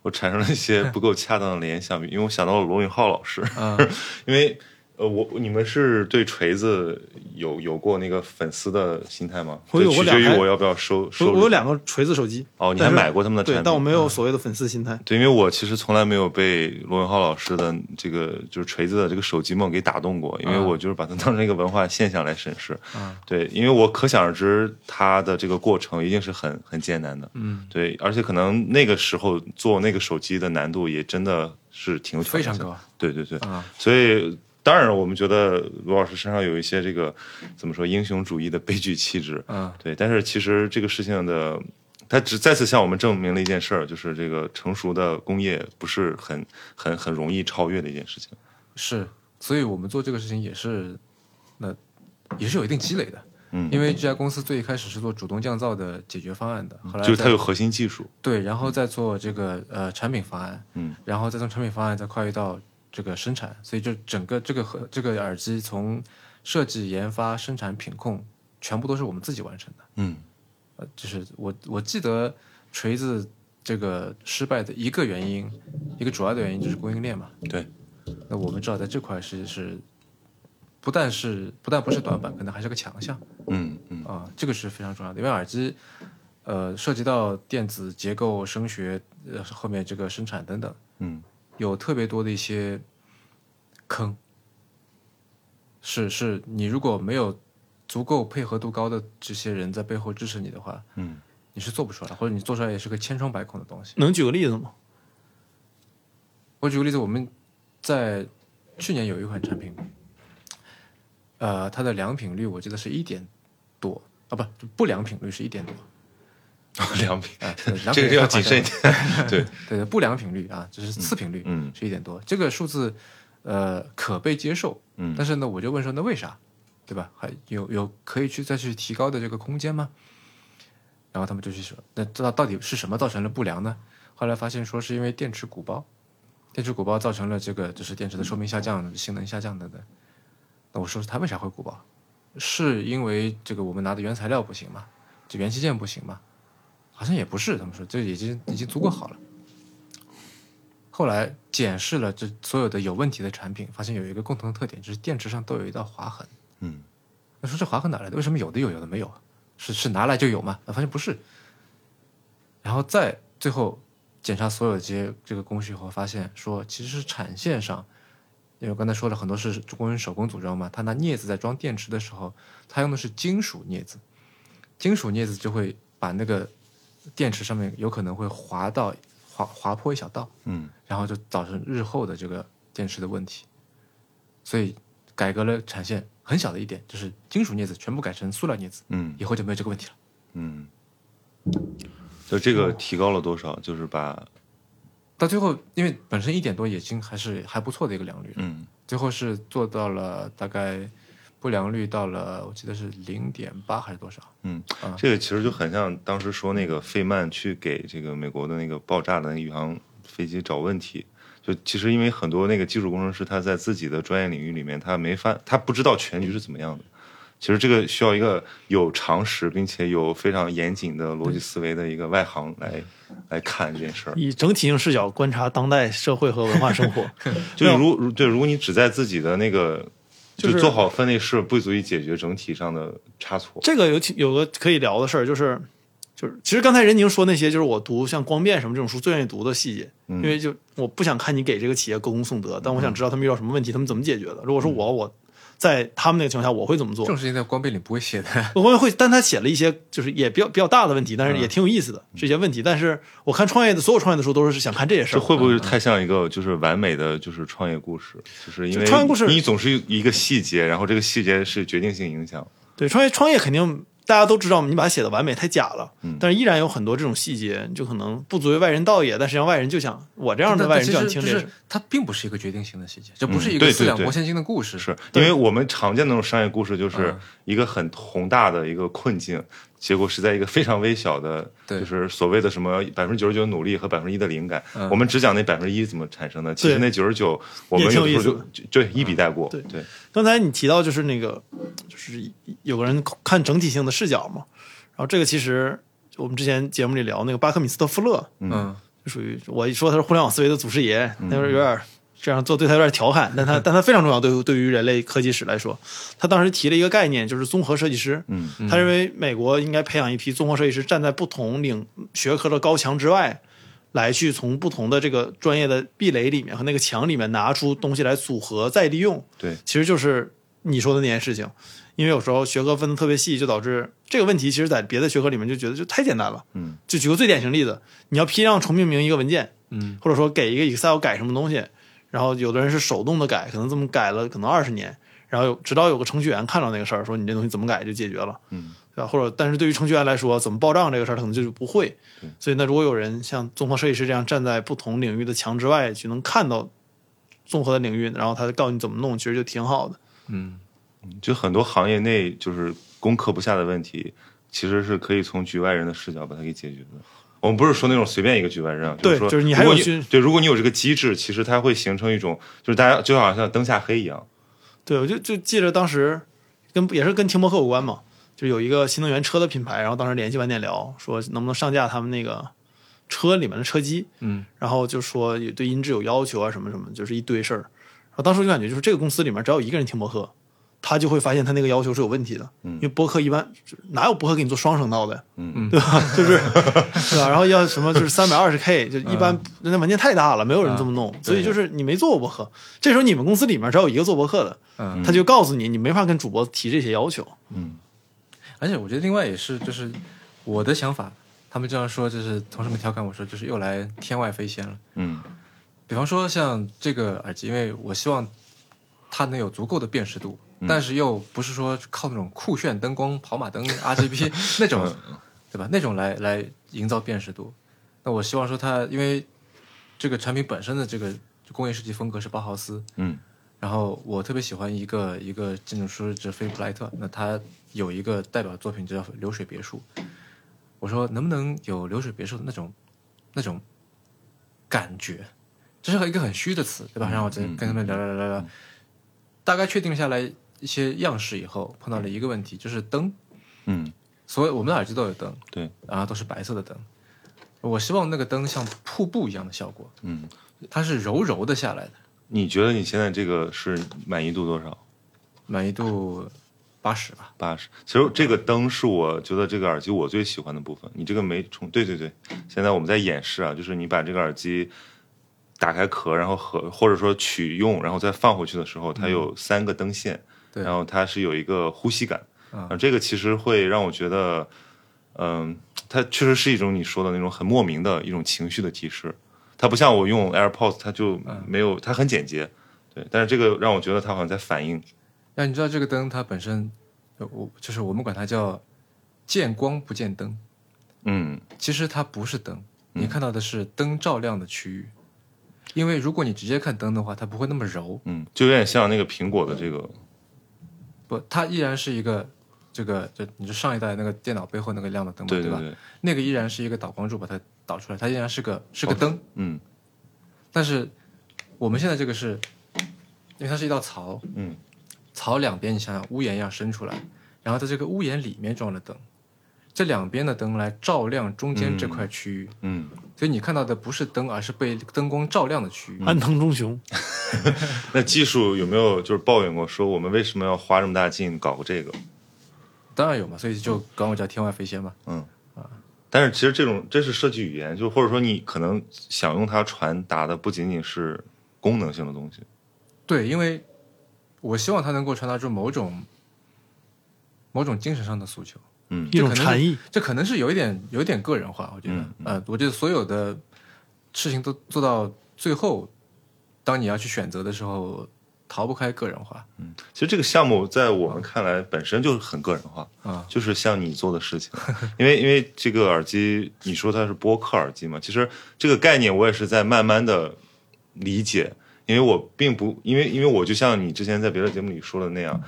S1: 我产生了一些不够恰当的联想，因为我想到了罗永浩老师，
S3: 啊
S2: 嗯
S1: 因为呃，我你们是对锤子有有过那个粉丝的心态吗？
S2: 我
S1: 就
S2: 有过
S1: 取决于
S2: 两台
S1: 我要不要收收
S2: 我
S1: 入。
S2: 我有两个锤子手机，
S1: 哦，你
S2: 但
S1: 还
S2: 是
S1: 买过他们的产
S2: 对
S1: 品？，嗯
S2: 但我没有所谓的粉丝心态。
S1: 对，因为我其实从来没有被罗永浩老师的这个就是锤子的这个手机梦给打动过，因为
S3: 啊
S1: 我就是把它当成一个文化现象来审视。
S3: 啊
S1: 对，因为我可想而知，它的这个过程一定是很很艰难的。
S3: 嗯，
S1: 对，而且可能那个时候做那个手机的难度也真的是挺有挑
S3: 非
S1: 战
S3: 常
S1: 性的
S3: 高
S1: 对对对，
S3: 啊，
S1: 所以当然我们觉得罗老师身上有一些这个怎么说英雄主义的悲剧气质。
S3: 嗯，
S1: 对，但是其实这个事情的，它只再次向我们证明了一件事儿，就是这个成熟的工业不是很很很容易超越的一件事情。
S3: 是，所以我们做这个事情也是，那也是有一定积累的。
S1: 嗯
S3: 因为这家公司最一开始是做主动降噪的解决方案的，后来
S1: 就是
S3: 在
S1: 它有核心技术，
S3: 对，然后再做这个呃产品方案，
S1: 嗯，
S3: 然后再从产品方案再跨越到这个生产，所以就整个这个和这个耳机从设计、研发、生产、品控，全部都是我们自己完成的。
S1: 嗯
S3: 呃，就是我我记得锤子这个失败的一个原因，一个主要的原因就是供应链嘛。
S1: 对。
S3: 那我们知道在这块是是，不但是不但不是短板，可能还是个强项。
S1: 嗯嗯
S3: 啊，这个是非常重要的，因为耳机，呃，涉及到电子结构、声学，呃，后面这个生产等等，
S1: 嗯
S3: 有特别多的一些坑。是是，你如果没有足够配合度高的这些人在背后支持你的话，
S1: 嗯，
S3: 你是做不出来，或者你做出来也是个千疮百孔的东西。
S2: 能举个例子吗？
S3: 我举个例子，我们在去年有一款产品，呃，它的良品率我记得是一点多啊，不不良品率是一点多，
S1: 良品，
S3: 啊，对良
S1: 这个
S3: 品率
S1: 就要
S3: 太夸
S1: 谨慎一
S3: 张
S1: 点。 对，
S3: 了。对，不良频率啊，就是次频率，
S1: 嗯
S3: 是一点多。这个数字，呃，可被接受，
S1: 嗯
S3: 但是呢，我就问说，那为啥，对吧？还有有可以去再去提高的这个空间吗？然后他们就去说，那这到底是什么造成了不良呢？后来发现说是因为电池鼓包，电池鼓包造成了这个就是电池的寿命下降、性能下降等等。那我说它为啥会鼓包？是因为这个我们拿的原材料不行吗？这元器件不行吗？好像也不是，他们说这已经已经足够好了。后来检视了这所有的有问题的产品，发现有一个共同的特点，就是电池上都有一道划痕。
S1: 嗯，
S3: 那说这划痕哪来的？为什么有的有，有的没有？啊是是拿来就有吗？啊发现不是。然后再最后检查所有这些这个工序以后，发现说其实是产线上，因为我刚才说了很多是工人手工组装嘛，他拿镊子在装电池的时候，他用的是金属镊子，金属镊子就会把那个电池上面有可能会划到划划破一小道，
S1: 嗯，
S3: 然后就造成日后的这个电池的问题。所以改革了产线很小的一点，就是金属镊子全部改成塑料镊子，
S1: 嗯
S3: 以后就没有这个问题了。
S1: 嗯，哦就这个提高了多少？就是把
S3: 到最后，因为本身一点多也已经还是还不错的一个良率了，
S1: 嗯
S3: 最后是做到了大概不良率到了，我记得是零点八还是多少？
S1: 嗯
S3: 啊，
S1: 这个其实就很像当时说那个费曼去给这个美国的那个爆炸的那个宇航飞机找问题。就其实因为很多那个技术工程师他在自己的专业领域里面他没法他不知道全局是怎么样的。其实这个需要一个有常识并且有非常严谨的逻辑思维的一个外行来来看这件事儿。
S2: 以整体性视角观察当代社会和文化生 活。
S1: 就如如对，如果你只在自己的那个
S2: 就
S1: 就是做好分内事，不足以解决整体上的差错。
S2: 这个有挺有个可以聊的事儿，就是就是，其实刚才任宁说那些，就是我读像光变什么这种书最愿意读的细节，
S1: 嗯
S2: 因为就我不想看你给这个企业歌功颂德，但我想知道他们遇到什么问题，他们怎么解决的。如果说
S1: 嗯
S2: 我我在他们那个情况下，我会怎么做
S3: 这？种事情在光背里不会写的。
S2: 我会会，但他写了一些就是也比较比较大的问题，但
S1: 嗯
S2: 是也挺有意思的这些问题。但是我看创业的所有创业的书都是想看这些嗯事
S1: 这
S2: 儿，
S1: 会不会太像一个就是完美的就是创业故事？就是因为
S2: 就创业故事
S1: 你总是一个细节，然后这个细节是决定性影响。
S2: 对，创业创业肯定大家都知道，你把它写的完美太假了，
S1: 嗯
S2: 但是依然有很多这种细节，就可能不足为外人道也，但实际上外人就想我这样的
S3: 但
S2: 外人
S3: 其
S2: 就想
S3: 实
S2: 听
S3: 就
S2: 这
S3: 是
S2: 事。
S3: 它并不是一个决定性的细节，这不
S1: 嗯
S3: 是一
S1: 对
S3: 个
S1: 对
S3: 四两
S1: 对
S3: 拨千斤的故事。
S1: 是因
S2: 对
S1: 为我们常见的那种商业故事，就是
S3: 嗯
S1: 一个很宏大的一个困境，结果是在一个非常微小的，
S3: 对
S1: 就是所谓的什么百分之九十九努力和百分之一的灵感。
S3: 嗯
S1: 我们只讲那百分之一怎么产生的，其实
S2: 对
S1: 那九十九我
S2: 也
S1: 们
S2: 挺
S1: 有
S2: 有
S1: 的时候
S2: 意思
S1: 就就对一笔带过。
S2: 对
S1: 对，
S2: 刚才你提到就是那个，就是有个人看整体性的视角嘛，然后这个其实我们之前节目里聊那个巴克米斯特夫勒，
S3: 嗯，
S2: 就属于我一说他是互联网思维的祖师爷，那时候有点这样做对他有点调侃，但他但他非常重要，对于对于人类科技史来说，他当时提了一个概念，就是综合设计师。
S1: 嗯
S2: 他认为美国应该培养一批综合设计师，站在不同领学科的高墙之外，来去从不同的这个专业的壁垒里面和那个墙里面拿出东西来组合再利用。
S1: 对，
S2: 其实就是你说的那件事情，因为有时候学科分的特别细，就导致这个问题其实在别的学科里面就觉得就太简单了。
S1: 嗯，
S2: 就举个最典型例子，你要批量重命名一个文件，
S3: 嗯，
S2: 或者说给一个 Excel 改什么东西，然后有的人是手动的改，可能这么改了可能二十年，然后有直到有个程序员看到那个事儿，说你这东西怎么改就解决了，
S1: 嗯，
S2: 对啊吧？或者但是对于程序员来说，怎么报账这个事儿他可能就是不会
S1: 对，
S2: 所以那如果有人像综合设计师这样站在不同领域的墙之外去能看到综合的领域，然后他告诉你怎么弄，其实就挺好的。
S3: 嗯，
S1: 就很多行业内就是攻克不下的问题，其实是可以从局外人的视角把它给解决的。我们不是说那种随便一个局外人啊，
S2: 对
S1: 是说，
S2: 就是你还有去
S1: 对，如果你有这个机制，其实它会形成一种，就是大家就好像灯下黑一样，
S2: 对，我就就记着当时跟也是跟停泊客有关嘛，就有一个新能源车的品牌，然后当时联系晚点聊，说能不能上架他们那个车里面的车机，
S3: 嗯，
S2: 然后就说也对音质有要求啊，什么什么，就是一堆事儿。然后当时我就感觉，就是这个公司里面只要有一个人听播客，他就会发现他那个要求是有问题的，
S3: 嗯
S2: 因为播客一般哪有播客给你做双声道的呀，
S1: 嗯
S2: 对吧？ 就是对吧？然后要什么就是三百二十 K，就一般人家文件太大了，没有人这么弄，
S3: 啊
S2: 所以就是你没做过播客，这时候你们公司里面只要有一个做播客的，
S3: 嗯
S2: 他就告诉你，你没法跟主播提这些要求，
S3: 而且我觉得另外也是，就是我的想法，他们这样说，就是同事们调侃我说，就是又来天外飞仙了。
S1: 嗯
S3: 比方说像这个耳机，因为我希望它能有足够的辨识度，但是又不是说靠那种酷炫灯光、跑马灯、RGB 那种，对吧？那种来来营造辨识度。那我希望说它，因为这个产品本身的这个工业设计风格是包豪斯，
S1: 嗯
S3: 然后我特别喜欢一个一个建筑师，就是菲利普莱特，那他有一个代表作品叫《流水别墅》。我说能不能有流水别墅的那种那种感觉？这是一个很虚的词，
S1: 嗯
S3: 对吧？然后我就跟他们聊聊聊聊聊，大概确定下来一些样式以后，碰到了一个问题，就是灯。
S1: 嗯，
S3: 所以我们的耳机都有灯，
S1: 对，
S3: 然后都是白色的灯。我希望那个灯像瀑布一样的效果，
S1: 嗯，
S3: 它是柔柔的下来的，
S1: 你觉得你现在这个是满意度多少？
S3: 满意度八十吧，
S1: 八十。其实这个灯是我觉得这个耳机我最喜欢的部分。你这个没充，对对对。现在我们在演示啊，就是你把这个耳机打开壳，然后和或者说取用，然后再放回去的时候，它有三个灯线，
S3: 嗯对
S1: 然后它是有一个呼吸感。
S3: 嗯
S1: 啊，这个其实会让我觉得，嗯，它确实是一种你说的那种很莫名的一种情绪的提示。它不像我用 AirPods，它就
S3: 嗯
S1: 没有，它很简洁。对，但是这个让我觉得它好像在反应
S3: 那你知道这个灯它本身，呃我就是我们管它叫见光不见灯，
S1: 嗯，
S3: 其实它不是灯，你看到的是灯照亮的区域。因为如果你直接看灯的话，它不会那么柔，
S1: 嗯，就有点像那个苹果的这个，
S3: 不，它依然是一个这个，就你说上一代那个电脑背后那个亮的灯嘛，
S1: 对
S3: 吧？
S1: 对，
S3: 那个依然是一个导光柱把它导出来，它依然是个是个灯，
S1: 嗯
S3: 但是我们现在这个是，因为它是一道槽，
S1: 嗯，
S3: 槽两边你想想屋檐一样伸出来，然后在这个屋檐里面装了灯，这两边的灯来照亮中间这块区域，
S1: 嗯，嗯
S3: 所以你看到的不是灯，而是被灯光照亮的区域。
S2: 安藤忠雄，
S1: 那技术有没有就是抱怨过说我们为什么要花这么大劲搞个这个？
S3: 当然有嘛，所以就管我叫天外飞仙嘛。
S1: 但是其实这种这是设计语言，就或者说你可能想用它传达的不仅仅是功能性的东西，
S3: 对，因为我希望它能够传达出某种某种精神上的诉求。
S1: 嗯
S2: 一种
S3: 可能是
S2: 禅意，
S3: 这可能是有一点有一点个人化，我觉得，
S1: 嗯
S3: 呃，我觉得所有的事情都做到最后，当你要去选择的时候，逃不开个人化。
S1: 其实这个项目在我们看来本身就是很个人化
S3: 啊
S1: 就是像你做的事情，因为因为这个耳机，你说它是播客耳机嘛，其实这个概念我也是在慢慢的理解，因为我并不因为因为我就像你之前在别的节目里说的那样，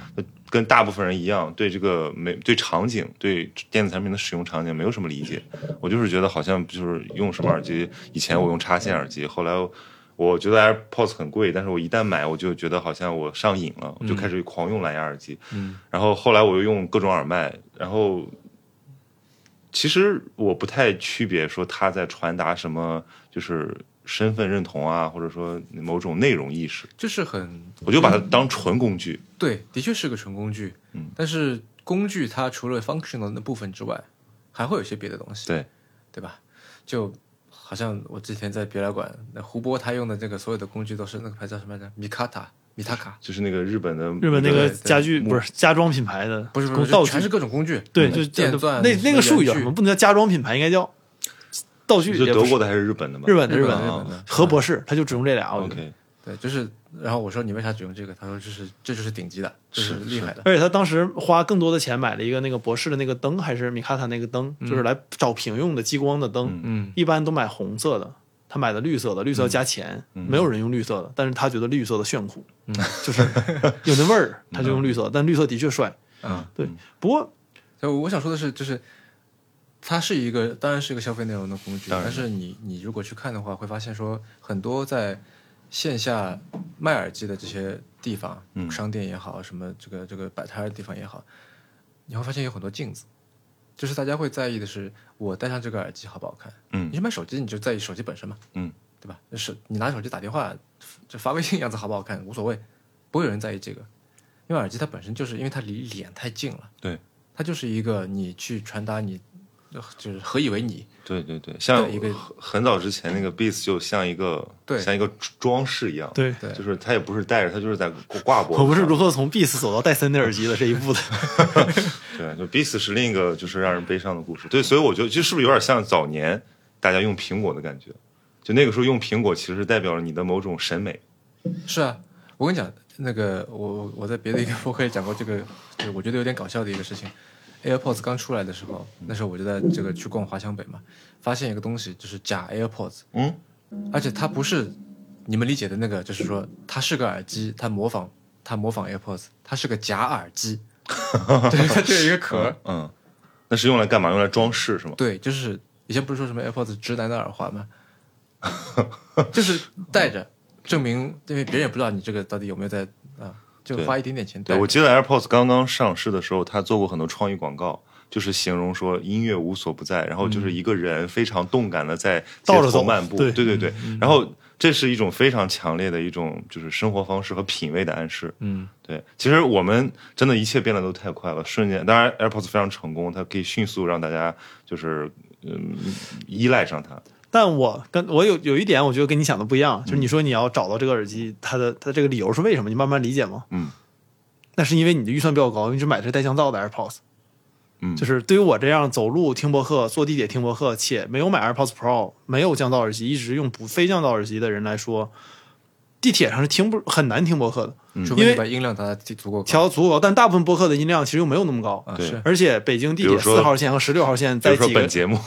S1: 跟大部分人一样，对这个没对场景对电子产品的使用场景没有什么理解，我就是觉得好像就是用什么耳机，以前我用插线耳机，后来我。我觉得 AirPods 很贵，但是我一旦买，我就觉得好像我上瘾
S2: 嗯
S1: 了，我就开始狂用蓝牙耳机。
S3: 嗯，
S1: 然后后来我又用各种耳麦，然后其实我不太区别说它在传达什么，就是身份认同啊，或者说某种内容意识，
S3: 就是很
S1: 我就把它当纯工具。
S3: 对，的确是个纯工具。
S1: 嗯，
S3: 但是工具它除了 functional 的部分之外，还会有一些别的东西。
S1: 对，
S3: 对吧？就好像我之前在别来馆，那胡波他用的这个所有的工具都是那个牌子叫什么来着？米卡塔，米塔卡，
S1: 就是那个日本的
S2: 日本那个
S3: 对对嗯
S2: 家具
S1: 木
S2: 不是家装品牌的，
S3: 不是不
S2: 工
S3: 是，
S2: 道
S3: 就
S2: 具
S3: 全是各种工具。
S2: 对，
S1: 嗯
S2: 就
S3: 电钻
S2: 那那个术语叫啊
S3: 什
S2: 什
S3: 么
S2: 么？不能叫家装品牌，应该叫道具。
S1: 是
S2: 也
S1: 德
S2: 不是
S1: 国的还是日本的吗？
S2: 日本的
S3: 日
S2: 本
S3: 本的
S1: 啊
S3: 日本的
S2: 何博士，他就只用这俩，我觉得。
S1: OK，
S3: 对，就是，然后我说你为啥只用这个？他说这是这就是顶级的，这
S1: 是
S3: 厉害的。
S2: 而且他当时花更多的钱买了一个那个博士的那个灯，还是米卡塔那个灯，就是来找平用的激光的灯，
S3: 嗯，
S2: 一般都买红色的。他买的绿色的，绿色加钱，没有人用绿色的，但是他觉得绿色的炫酷，就是有那味儿，他就用绿色。但绿色的确帅，
S3: 啊，
S2: 对。不过
S3: 所以我想说的是，就是它是一个，当然是一个消费内容的工具，
S1: 当然
S3: 但是你你如果去看的话，会发现说很多在线下卖耳机的这些地方，
S1: 嗯
S3: 商店也好，什么这个这个摆摊儿的地方也好，你会发现有很多镜子，就是大家会在意的是我戴上这个耳机好不好看。
S1: 嗯
S3: 你去买手机，你就在意手机本身嘛，
S1: 嗯，
S3: 对吧？是你拿手机打电话，就发微信样子好不好看无所谓，不会有人在意这个，因为耳机它本身就是因为它离脸太近了，
S1: 对，
S3: 它就是一个你去传达你呃就是何以为你，
S1: 对对对，像
S3: 对一个
S1: 很很早之前那个 Beats 就像一个
S3: 对
S1: 像一个装饰一样，
S2: 对
S3: 对
S1: 就是它也不是戴着，它就是在挂脖子上。
S2: 我不是如何从 Beats 走到戴森的耳机的这一步的，
S1: 对，就 Beats 是另一个就是让人悲伤的故事。对，所以我觉得这是不是有点像早年大家用苹果的感觉？就那个时候用苹果，其实代表了你的某种审美。
S3: 是啊，我跟你讲，那个我我我在别的一个播客里讲过这个，就是我觉得有点搞笑的一个事情。AirPods 刚出来的时候，那时候我就在这个去逛华强北嘛，发现一个东西就是假 AirPods，
S1: 嗯，
S3: 而且它不是你们理解的那个，就是说它是个耳机，它模仿它模仿 AirPods，它是个假耳机， 对，它只有一个壳儿，
S1: 嗯，那是用来干嘛？用来装饰是吗？
S3: 对，就是以前不是说什么 AirPods 直男的耳环吗？ 就是戴着，证明因为别人也不知道你这个到底有没有在啊，就
S1: 对
S3: 花一点点钱戴
S1: 对，。我记得 AirPods 刚刚上市的时候，他做过很多创意广告，就是形容说音乐无所不在，然后就是一个人非常动感的在街
S2: 嗯倒着
S1: 头
S2: 走
S1: 漫步，
S2: 对嗯
S1: 对对对然后这是一种非常强烈的一种就是生活方式和品味的暗示。
S3: 嗯，
S1: 对，其实我们真的一切变得都太快了，瞬间。当然，AirPods 非常成功，它可以迅速让大家就是嗯依赖上它。
S2: 但我跟我有有一点，我觉得跟你想的不一
S1: 嗯
S2: 样，就是你说你要找到这个耳机，它的它这个理由是为什么？你慢慢理解嘛。
S1: 嗯。
S2: 那是因为你的预算比较高，你只买的是带降噪的 AirPods。
S1: 嗯
S2: 就是对于我这样走路听播客、坐地铁听播客，且没有买 AirPods Pro、没有降噪耳机，一直用不非降噪耳机的人来说，地铁上是听不很难听播客的，
S1: 嗯
S3: 除
S2: 因
S3: 非
S2: 为
S3: 你把音量达到足够高
S2: 调足够高，但大部分播客的音量其实又没有那么高。
S3: 啊，
S1: 对
S3: 是
S2: 而且北京地
S1: 嗯比
S2: 铁
S1: 如说
S2: 四号线和十六号线
S1: 比
S2: 在
S1: 如说
S2: 几个
S1: 本节目，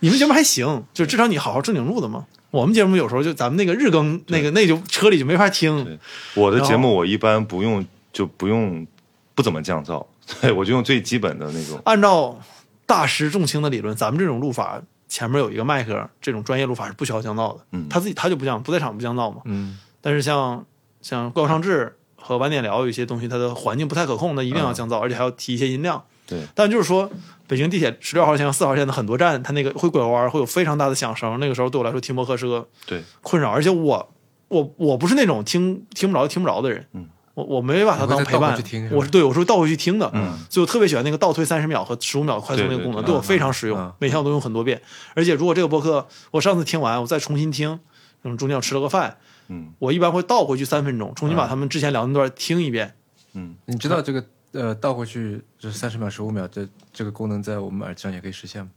S2: 你们节目还行，就至少你好好正经录的嘛。我们节目有时候就咱们那个日更，那个那就车里就没法听
S1: 对。我的
S2: 然后
S1: 节目我一般不用就不用不怎么降噪，对我就用最基本的那种。
S2: 按照大师重轻的理论，咱们这种录法前面有一个麦克，这种专业录法是不需要降噪的。
S1: 嗯
S2: 他自己他就不降，不在场不降噪嘛。
S3: 嗯，
S2: 但是像像怪物上志和晚点聊有一些东西，它的环境不太可控，那一
S3: 嗯
S2: 定要降噪，而且还要提一些音量。
S1: 对，
S2: 但就是说，北京地铁十六号线和四号线的很多站，它那个会拐弯，会有非常大的响声。那个时候对我来说，听播客是个
S1: 对
S2: 困扰，而且我我我不是那种听听不着就听不着的人，
S1: 嗯，
S2: 我我没把它当陪
S3: 你会再倒
S2: 伴
S3: 回去听是，吧
S2: 我是对我是倒回去听的，
S1: 嗯，
S2: 所以我特别喜欢那个倒推三十秒和十五秒快速那个功能，
S1: 对对对
S2: 我非常实
S3: 嗯
S2: 用
S3: 嗯，
S2: 每天我都用很多遍，而且如果这个播客我上次听完，我再重新听，嗯，中间我吃了个饭，
S1: 嗯
S2: 我一般会倒回去三分钟，重新把他们之前聊的那段听一遍，
S1: 嗯，
S3: 你知道这个呃倒回去就是三十秒、十五秒这这个功能在我们耳机上也可以实现吗？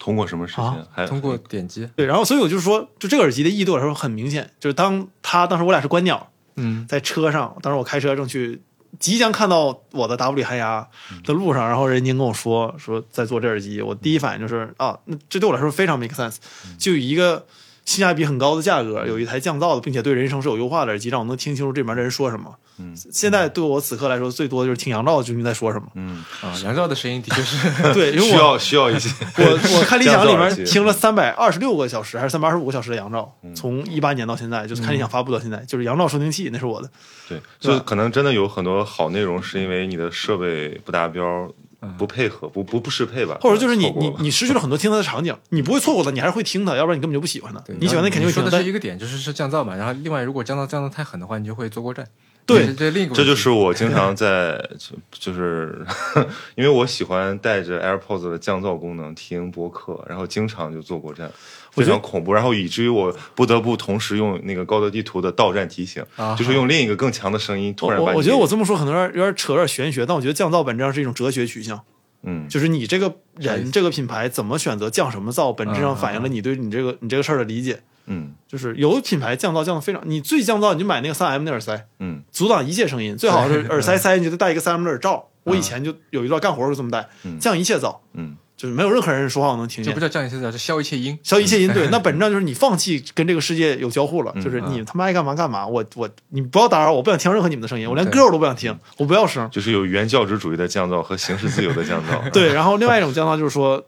S1: 通过什么事情？
S2: 啊
S1: 还
S3: 通过点击，
S2: 对，然后所以我就说，就这个耳机的意义对我来说很明显，就是当他当时我俩是观鸟，
S3: 嗯，
S2: 在车上，当时我开车正去，即将看到我的 W 寒鸦
S1: 嗯
S2: 的路上，然后任宁跟我说说在做这耳机，我第一反应就是啊，那这对我来说非常 make sense，就
S1: 嗯
S2: 以一个性价比很高的价格，有一台降噪的，并且对人声是有优化的耳机，让我能听清楚这里面的人说什么。
S1: 嗯。
S2: 现在对我此刻来说，最多就是听杨照究竟在说什么
S1: 嗯，
S3: 啊，杨照的声音的确是，
S2: 对，因
S1: 需
S2: 为我
S1: 要需要一些。
S2: 我我看理想
S1: 降
S2: 里
S1: 噪耳机
S2: 面听了三百二十六个小时还是三百二十五个小时的杨照，从一八年到现在，就是看理想发布到现在，就是杨照收听器，那是我的。
S1: 对，
S2: 对
S1: 就
S2: 吧
S1: 可能真的有很多好内容，是因为你的设备不达标、不配合、不不不适配吧，
S2: 嗯或者就是你
S1: 错过
S2: 你
S1: 吧
S2: 你失去了很多听它的场景，你不会错过的，你还是会听它，要不然你根本就不喜欢它。
S3: 对
S2: 你喜欢
S3: 然后
S2: 的肯定会
S3: 说
S2: 听
S3: 的
S2: 它，
S3: 是
S2: 但
S3: 一个点，就是是降噪嘛，然后另外如果降噪降噪太狠的话，你就会坐过站。
S2: 对
S3: 这这另一个
S1: 这就
S3: 问题
S1: 是我经 常在就就是， 因为我喜欢带着 AirPods 的降噪功能听播客，然后经常就坐过站，非
S2: 觉得
S1: 常恐怖，然后以至于我不得不同时用那个高德地图的到站提醒，
S3: 啊
S1: 就是用另一个更强的声音突
S2: 我
S1: 然把
S2: 我
S1: 你
S2: 我觉得我这么说可能有点有点扯有点玄学，但我觉得降噪本质上是一种哲学取向，
S1: 嗯
S2: 就是你这个
S3: 啥意
S2: 人
S3: 思
S2: 这个品牌怎么选择降什么噪，本质上反映了你对你这个你这个事儿的理解。
S1: 嗯
S2: 就是有品牌降噪降的非常，你最降噪你就买那个三 M 的耳塞，
S1: 嗯
S2: 阻挡一切声音，最好是耳塞塞进去再戴一个三 M 的耳罩。
S3: 嗯
S2: 我以前就有一段干活儿就这么戴，降一切噪，
S1: 嗯
S2: 就是没有任何人说话我能听
S3: 这
S2: 见
S3: 不。叫降一切噪，是消一切音。
S2: 消一切音对，那本质上就是你放弃跟这个世界有交互了，就是
S3: 嗯
S2: 你他妈爱干嘛干嘛，我我你不要打扰我，我不想听任何你们的声音，我连歌我都不想
S3: 嗯
S2: 听，我不要声。
S1: 就是有原教旨主义的降噪和形式自由的降噪，嗯
S2: 对，然后另外一种降噪就是说，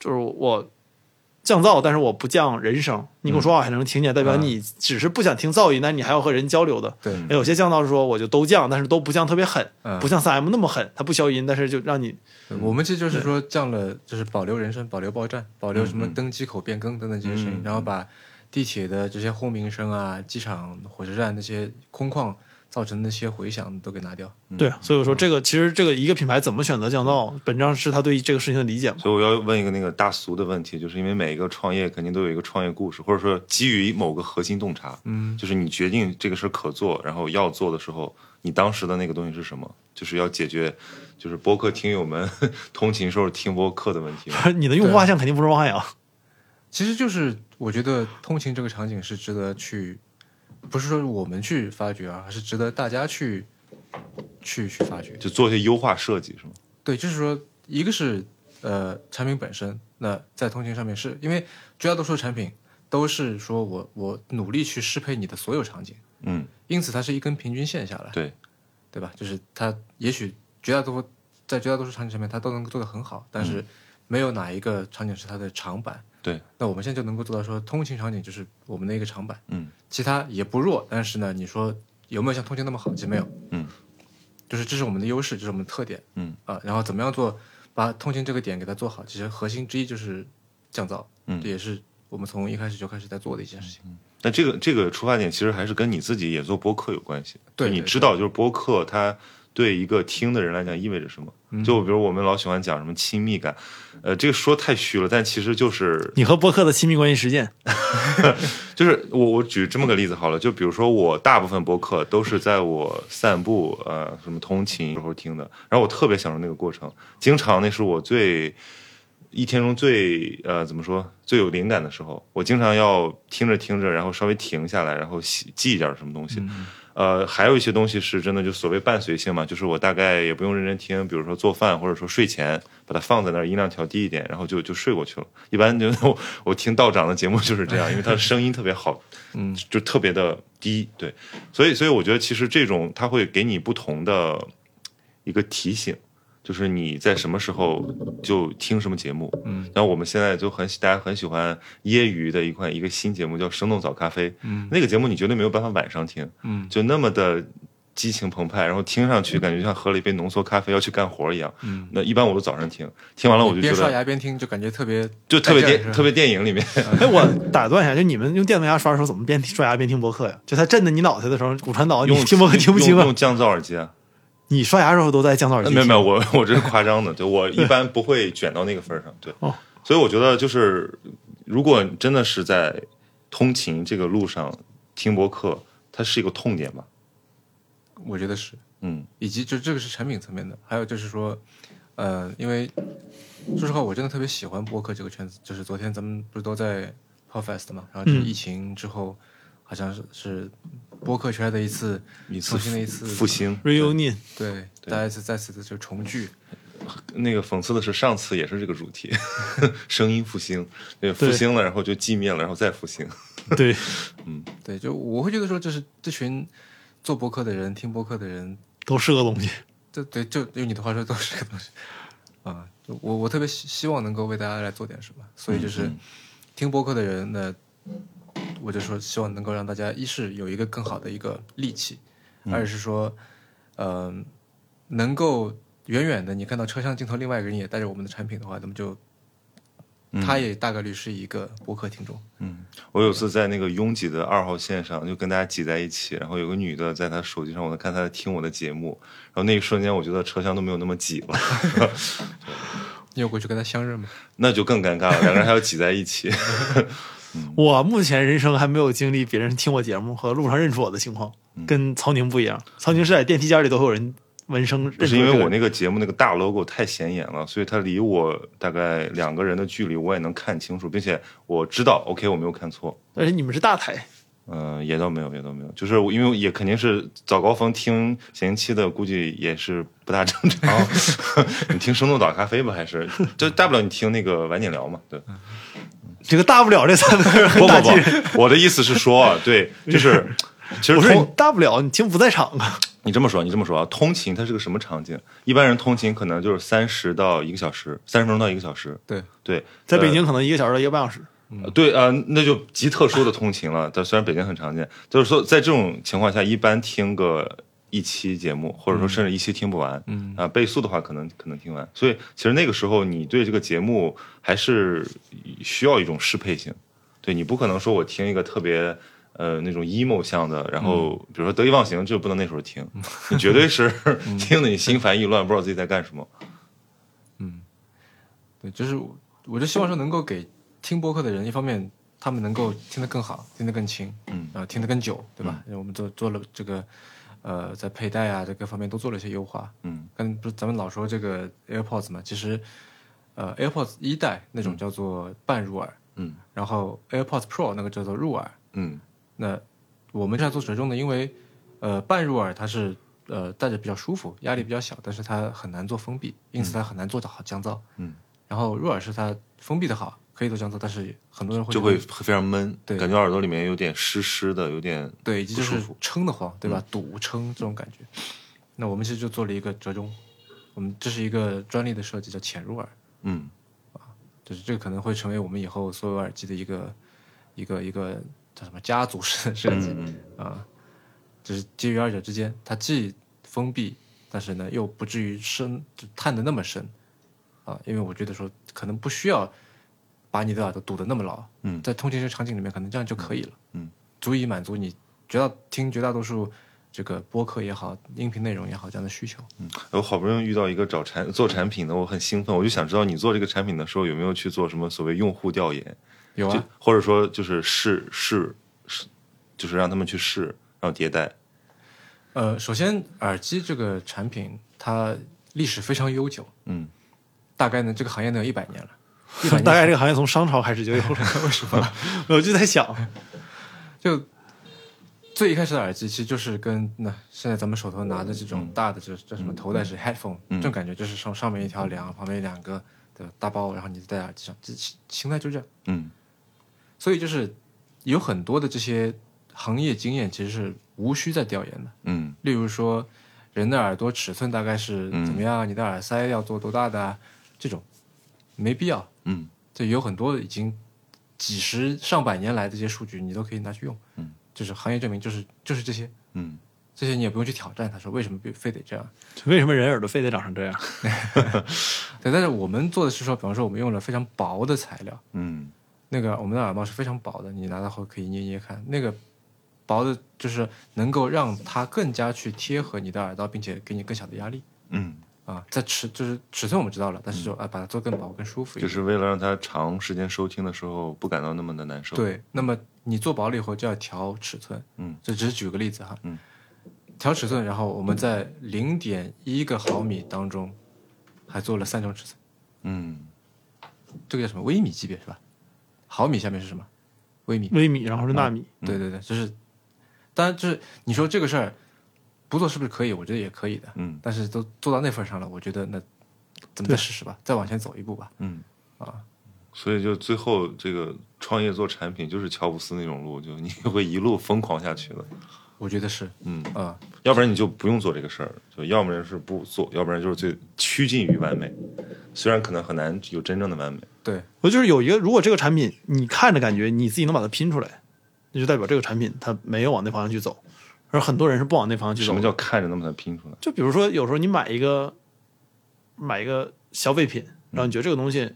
S2: 就是我降噪，但是我不降人声，你跟我说话还能听见，代表
S3: 嗯
S2: 你只是不想听噪音，但是你还要和人交流的。
S3: 对，
S2: 哎有些降噪是说我就都降，但是都不降特别狠，
S3: 嗯
S2: 不像三 M 那么狠，它不消音，但是就让你
S3: 对嗯我们这就是说降了，就是保留人声、保留报站、保留什么登机口变更等等这些声音，然后把地铁的这些轰鸣声啊、机场、火车站那些空旷造成的那些回响都给拿掉。
S1: 嗯
S2: 对，啊所以我说这个其实这个一个品牌怎么选择降噪，本质上是他对这个事情的理解嘛。
S1: 所以我要问一个那个大俗的问题，就是因为每一个创业肯定都有一个创业故事，或者说基于某个核心洞察，
S3: 嗯，
S1: 就是你决定这个事儿可做，然后要做的时候，你当时的那个东西是什么？就是要解决，就是播客听友们 通勤时候听播客的问题吗。
S2: 你的用户
S3: 对
S2: 画像肯定不是汪海洋。
S1: 啊
S3: 其实就是我觉得通勤这个场景是值得去，不是说我们去发掘啊，而是值得大家去去去发掘。
S1: 就做一些优化设计是吗？
S3: 对，就是说，一个是呃产品本身，那在通勤上面是因为绝大多数产品都是说我我努力去适配你的所有场景，
S1: 嗯，
S3: 因此它是一根平均线下来，
S1: 对，
S3: 对吧？就是它也许绝大多在绝大多数场景上面它都能够做得很好，但是没有哪一个场景是它的长板。
S1: 嗯对，
S3: 那我们现在就能够做到说通勤场景就是我们的一个长板，
S1: 嗯，
S3: 其他也不弱，但是呢，你说有没有像通勤那么好？其实没有，
S1: 嗯，
S3: 就是这是我们的优势，这是我们的特点，
S1: 嗯
S3: 啊，然后怎么样做把通勤这个点给它做好？其实核心之一就是降噪，
S1: 嗯
S3: 这也是我们从一开始就开始在做的一件事情。
S1: 那这个这个出发点其实还是跟你自己也做播客有关系的。
S3: 对
S1: 就你
S3: 对
S1: 知道就是播客它对一个听的人来讲意味着什么。
S3: 嗯
S1: 就比如我们老喜欢讲什么亲密感，呃，这个说太虚了，但其实就是
S2: 你和播客的亲密关系实践，
S1: 就是我我举这么个例子好了，就比如说我大部分播客都是在我散步呃什么通勤时候听的，然后我特别享受那个过程，经常那是我最一天中最呃怎么说最有灵感的时候，我经常要听着听着，然后稍微停下来，然后记记一点什么东西。呃，还有一些东西是真的，就所谓伴随性嘛，就是我大概也不用认真听，比如说做饭或者说睡前，把它放在那儿，音量调低一点，然后就就睡过去了。一般就 我我听道长的节目就是这样，因为他的声音特别好，
S3: 嗯，
S1: 就特别的低，对，所以所以我觉得其实这种它会给你不同的一个提醒，就是你在什么时候就听什么节目。
S3: 嗯，
S1: 然后我们现在就很喜大家很喜欢业余的一款一个新节目叫《生动早咖啡》，
S3: 嗯
S1: 那个节目你绝对没有办法晚上听，
S3: 嗯，
S1: 就那么的。激情澎湃，然后听上去感觉像喝了一杯浓缩咖啡，要去干活一样。
S3: 嗯，
S1: 那一般我都早上听，听完了我就觉
S3: 边刷
S1: 得
S3: 牙边听，就感觉特别
S1: 就特别
S3: 带劲儿是
S1: 电
S3: 吧
S1: 特别电影里面，
S2: 哎，我打断一下，就你们用电动牙刷的时候，怎么边刷牙边听播客呀？就它震的你脑袋的时候，骨传导，啊你
S1: 用
S2: 听播客听不清
S1: 用
S2: 啊
S1: 用？降噪耳机啊。
S2: 你刷牙的时候都在降噪耳机？
S1: 没有没有，，我我这是夸张的，对 我一般不会卷到那个份儿上，对，
S2: 哦
S1: 所以我觉得就是，如果真的是在通勤这个路上听播客，它是一个痛点吧，
S3: 我觉得是，
S1: 嗯，
S3: 以及就这个是产品层面的，还有就是说，呃，因为说实话，我真的特别喜欢播客这个圈子。就是昨天咱们不是都在 Podfest 嘛，然后就是
S2: 嗯
S3: 疫情之后，好像是是播客圈的一次
S1: 一次
S3: 重新的一次
S1: 复兴
S2: reunion
S3: 对，
S1: 对
S3: 大家一次再次的就重聚。
S1: 那个讽刺的是，上次也是这个主题， 声音复兴，对，复兴了，然后就寂灭了，然后再复兴，
S2: 对，
S3: 对，就我会觉得说，就是这群做播客的人、听播客的人，
S2: 都是个东西。
S3: 这对，就用你的话说，都是个东西啊。就我我特别希希望能够为大家来做点什么，所以就是
S1: 嗯
S3: 听播客的人呢，我就说希望能够让大家一是有一个更好的一个利器，二是说，嗯、能够远远的你看到车厢镜头，另外一个人也带着我们的产品的话，那么就他也大概率是一个播客听众。
S1: 嗯，我有次在那个拥挤的二号线上，就跟大家挤在一起，然后有个女的在她手机上，我能看她在听我的节目，然后那一瞬间，我觉得车厢都没有那么挤了。
S3: 你有过去跟他相认吗？
S1: 那就更尴尬了，两个人还要挤在一 起。
S2: 我目前人生还没有经历别人听我节目和路上认出我的情况，
S1: 嗯
S2: 跟曹宁不一样。曹宁是在电梯间里都会有人闻声认出
S1: 不
S2: 这
S1: 是
S2: 个
S1: 因
S2: 人，
S1: 为我那个节目那个大 logo 太显眼了，所以它离我大概两个人的距离我也能看清楚，并且我知道 OK 我没有看错，
S2: 而且你们是大台，
S1: 嗯、也倒没有，也倒没有，就是我因为也肯定是早高峰听闲期的，估计也是不大正
S2: 哦
S1: 常。 你听生动早咖啡吧，还是就大不了你听那个晚点聊嘛，对。
S2: 这个大不了这三个字
S1: 不
S2: 很嗯大
S1: 不
S2: 劲人。
S1: 不，我的意思是说，啊对， 就是其实
S2: 我说你
S1: 通
S2: 大不了你听不在场啊，
S1: 你这么说，你这么说啊，通勤它是个什么场景？一般人通勤可能就是三十到一个小时，三十分钟到一个小时。
S3: 对，
S1: 对，
S2: 在北京可能一个小时到一个半 小时。
S1: 呃对啊、呃那就极特殊的通勤了。但虽然北京很常见，就是说在这种情况下，一般听个一期节目，或者说甚至一期听不完，
S3: 嗯
S1: 啊、倍速的话可能可能听完。所以其实那个时候，你对这个节目还是需要一种适配性。对你不可能说我听一个特别呃那种 emo 向的，然后比如说得意忘形就不能那时候听，你绝对是 听得你心烦意乱，不知道自己在干什么。
S3: 对，就是我我就希望说能够给听播客的人，一方面他们能够听得更好，听得更清，
S1: 嗯
S3: 啊、听得更久，对吧？因为我们做做了这个，呃，在佩戴啊这各方面都做了一些优化。
S1: 嗯，
S3: 跟不是咱们老说这个 AirPods 嘛，其实呃 AirPods 一代那种叫做半入耳，
S1: 嗯
S3: 然后 AirPods Pro 那个叫做入耳。
S1: 嗯
S3: 那我们这样做折中呢，因为呃半入耳它是呃戴着比较舒服，压力比较小，但是它很难做封闭，因此它很难做到好降噪。
S1: 嗯，
S3: 然后入耳式它封闭的好，可以做降噪，但是很多人会
S1: 就
S3: 觉得
S1: 会非常闷，
S3: 对
S1: 感觉耳朵里面有点湿湿的，有点
S3: 对，以及
S1: 不
S3: 就
S1: 舒嗯
S3: 是撑得慌，对吧？堵撑这种感觉。那我们其实就做了一个折中，我们这是一个专利的设计，叫潜入耳，
S1: 嗯。
S3: 就是这个可能会成为我们以后所有耳机的一个一个一个叫什么家族式
S1: 嗯
S3: 的设计啊、就是介于二者之间，它既封闭，但是呢又不至于深，就探的那么深啊、因为我觉得说可能不需要把你的耳朵堵得那么牢。
S1: 嗯
S3: 在通勤这场景里面，可能这样就可以了。
S1: 嗯，
S3: 足以满足你绝大听绝大多数这个播客也好，音频内容也好这样的需求。
S1: 我好不容易遇到一个找产做产品的，我很兴奋，我就想知道你做这个产品的时候有没有去做什么所谓用户调研，
S3: 有
S1: 就
S3: 啊，
S1: 或者说就是试试试，就是让他们去试，然后迭代。
S3: 呃，首先耳机这个产品它历史非常悠久，
S1: 嗯，
S3: 大概呢这个行业能有一百年了。
S1: 哎
S3: 一百年
S2: 大概这个行业从商朝开始就有了，为什 么？我就在想，
S3: 就最一开始的耳机，其实就是跟那现在咱们手头拿的这种大的，这叫什么头戴式 headphone，、这种感觉就是上上面一条梁，旁边两个的大包，然后你戴在耳机上，这形形态就这样。
S1: 嗯
S3: 所以就是有很多的这些行业经验，其实是无需再调研的。
S1: 嗯
S3: 例如说，人的耳朵尺寸大概是怎么样啊？你的耳塞要做多大的、啊？这种没必要。
S1: 嗯
S3: 这有很多已经几十上百年来的这些数据，你都可以拿去用。
S1: 嗯，
S3: 就是行业证明，就是就是这些，
S1: 嗯，
S3: 这些你也不用去挑战。他说为什么必非得这样？
S2: 为什么人耳朵非得长成这样？
S3: 对，但是我们做的是说，比方说我们用了非常薄的材料，
S1: 嗯
S3: 那个我们的耳帽是非常薄的，你拿到后可以捏捏看，那个薄的就是能够让它更加去贴合你的耳道，并且给你更小的压力。
S1: 嗯，
S3: 啊，在尺就是尺寸我们知道了，但是就啊把它做更薄更舒服一
S1: 就
S3: 点。
S1: 是为了让他长时间收听的时候不感到那么的难受。，
S3: 对，那么你做薄了以后就要调尺寸，
S1: 嗯，
S3: 这只是举个例子哈，
S1: 嗯，
S3: 调尺寸，然后我们在零点一个毫米当中还做了三种尺寸，
S1: 嗯
S3: 这个叫什么微米级别是吧？毫米下面是什么？微米，
S2: 微米，然后是纳
S1: 嗯
S2: 米，
S3: 对对对，就是，当然就是你说这个事儿不做是不是可以？我觉得也可以的，
S1: 嗯
S3: 但是都做到那份儿上了，我觉得那咱们再试试吧，再往前走一步吧，
S1: 嗯，
S3: 啊。
S1: 所以就最后这个创业做产品就是乔布斯那种路，就你会一路疯狂下去的。
S3: 我觉得是，
S1: 嗯
S3: 啊、
S1: 要不然你就不用做这个事儿，就要不然是不做，要不然就是最趋近于完美，虽然可能很难有真正的完美。
S3: 对，
S2: 我就是有一个，如果这个产品你看着感觉你自己能把它拼出来，那就代表这个产品它没有往那方向去走，而很多人是不往那方向去
S1: 什
S2: 走
S1: 么
S2: 的。
S1: 叫看着能把它拼出来？
S2: 就比如说，有时候你买一个买一个消费品，然后你觉得这个东
S1: 嗯
S2: 西，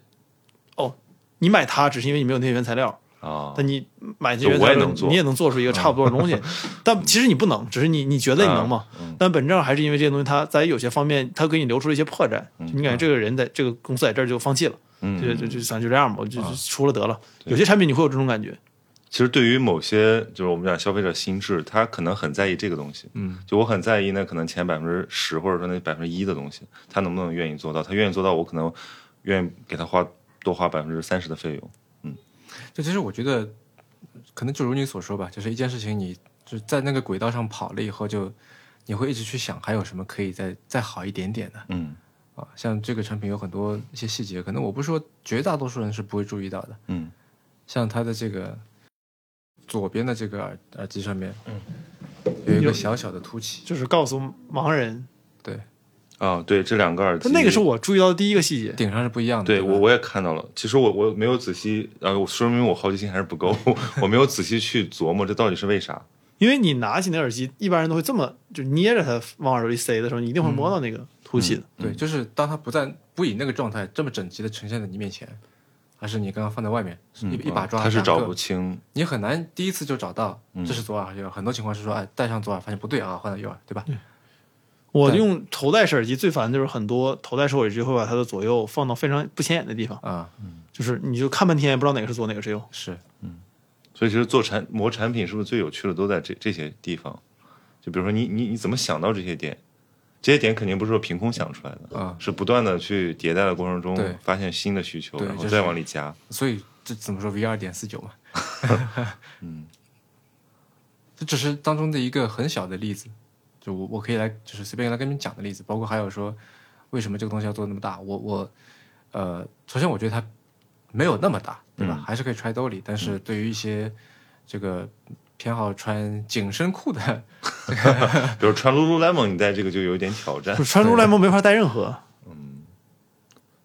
S2: 哦，你买它只是因为你没有那些原材料，
S1: 啊、
S2: 但你买这
S1: 就
S2: 些原
S1: 我
S2: 材
S1: 也
S2: 料
S1: 能，做嗯
S2: 你也能做出一个差不多的东西， 但其实你不能，只是你你觉得你能嘛？但本质上还是因为这些东西，它在有些方面，它给你留出了一些破绽，就你感觉这个人在这个公司在这儿就放弃了，
S1: 嗯啊
S2: 就就就咱就这样吧，我就就出了得了。有些产品你会有这种感觉，
S1: 其实对于某些就是我们讲消费者心智，他可能很在意这个东西。
S3: 嗯，
S1: 就我很在意那可能前百分之十或者说那百分之一的东西，他能不能愿意做到？他愿意做到，我可能愿意给他花多花百分之三十的费用。
S3: 就其实我觉得，可能就如你所说吧，就是一件事情，你就在那个轨道上跑了以后就，你会一直去想还有什么可以再再好一点点的
S1: 嗯
S3: 啊。像这个产品有很多一些细节，可能我不是说绝大多数人是不会注意到的，
S1: 嗯
S3: 像它的这个左边的这个耳耳机上面，
S1: 嗯，
S3: 有一个小小的凸起，
S2: 就是告诉盲人，
S3: 对，
S1: 啊，对，这两个耳机，
S2: 但那个是我注意到的第一个细节。
S3: 顶上是不一样的。
S1: 对
S3: 吧
S1: 我我也看到了，其实我我没有仔细，呃，我说明我好奇心还是不够， 我没有仔细去琢磨这到底是为啥。
S2: 因为你拿起那耳机，一般人都会这么就捏着它往耳朵里塞的时候，你一定
S1: 嗯
S2: 会摸到那个凸起的。
S3: 对，就是当它不在不以那个状态这么整齐的呈现在你面前，而是你刚刚放在外面，是一、一把抓，
S1: 他嗯是
S3: 两
S1: 找
S3: 个
S1: 不清，
S3: 你很难第一次就找到
S1: 嗯
S3: 这是左耳和右耳，很多情况是说，哎，戴上左耳发现不对啊，换到右耳，对吧？
S2: 我用头戴式耳机最烦的就是很多头戴式耳机会把它的左右放到非常不显眼的地方，
S3: 啊、
S2: 就是你就看半天也不知道哪个是左哪个是右。
S3: 是
S1: 所以其实做产磨产品是不是最有趣的都在这这些地方？就比如说你你你怎么想到这些点？这些点肯定不是说凭空想出来的
S3: 啊
S1: 是不断的去迭代的过程中
S3: 对
S1: 发现新的需求，
S3: 对
S1: 然后
S3: 这
S1: 再
S3: 是
S1: 往里加。
S3: 所以这怎么说 V 二点四九 嘛？嗯，
S1: 嗯
S3: 这只是当中的一个很小的例子，就我我可以来就是随便来跟你们讲的例子，包括还有说为什么这个东西要做得那么大，我我呃，首先我觉得它没有那么大，对
S1: 嗯
S3: 吧？还是可以揣兜里，但是对于一些这个偏好穿紧身裤的，
S1: 比如穿 Lululemon，你戴这个就有点挑战
S2: 就，是穿出来没法戴任 何，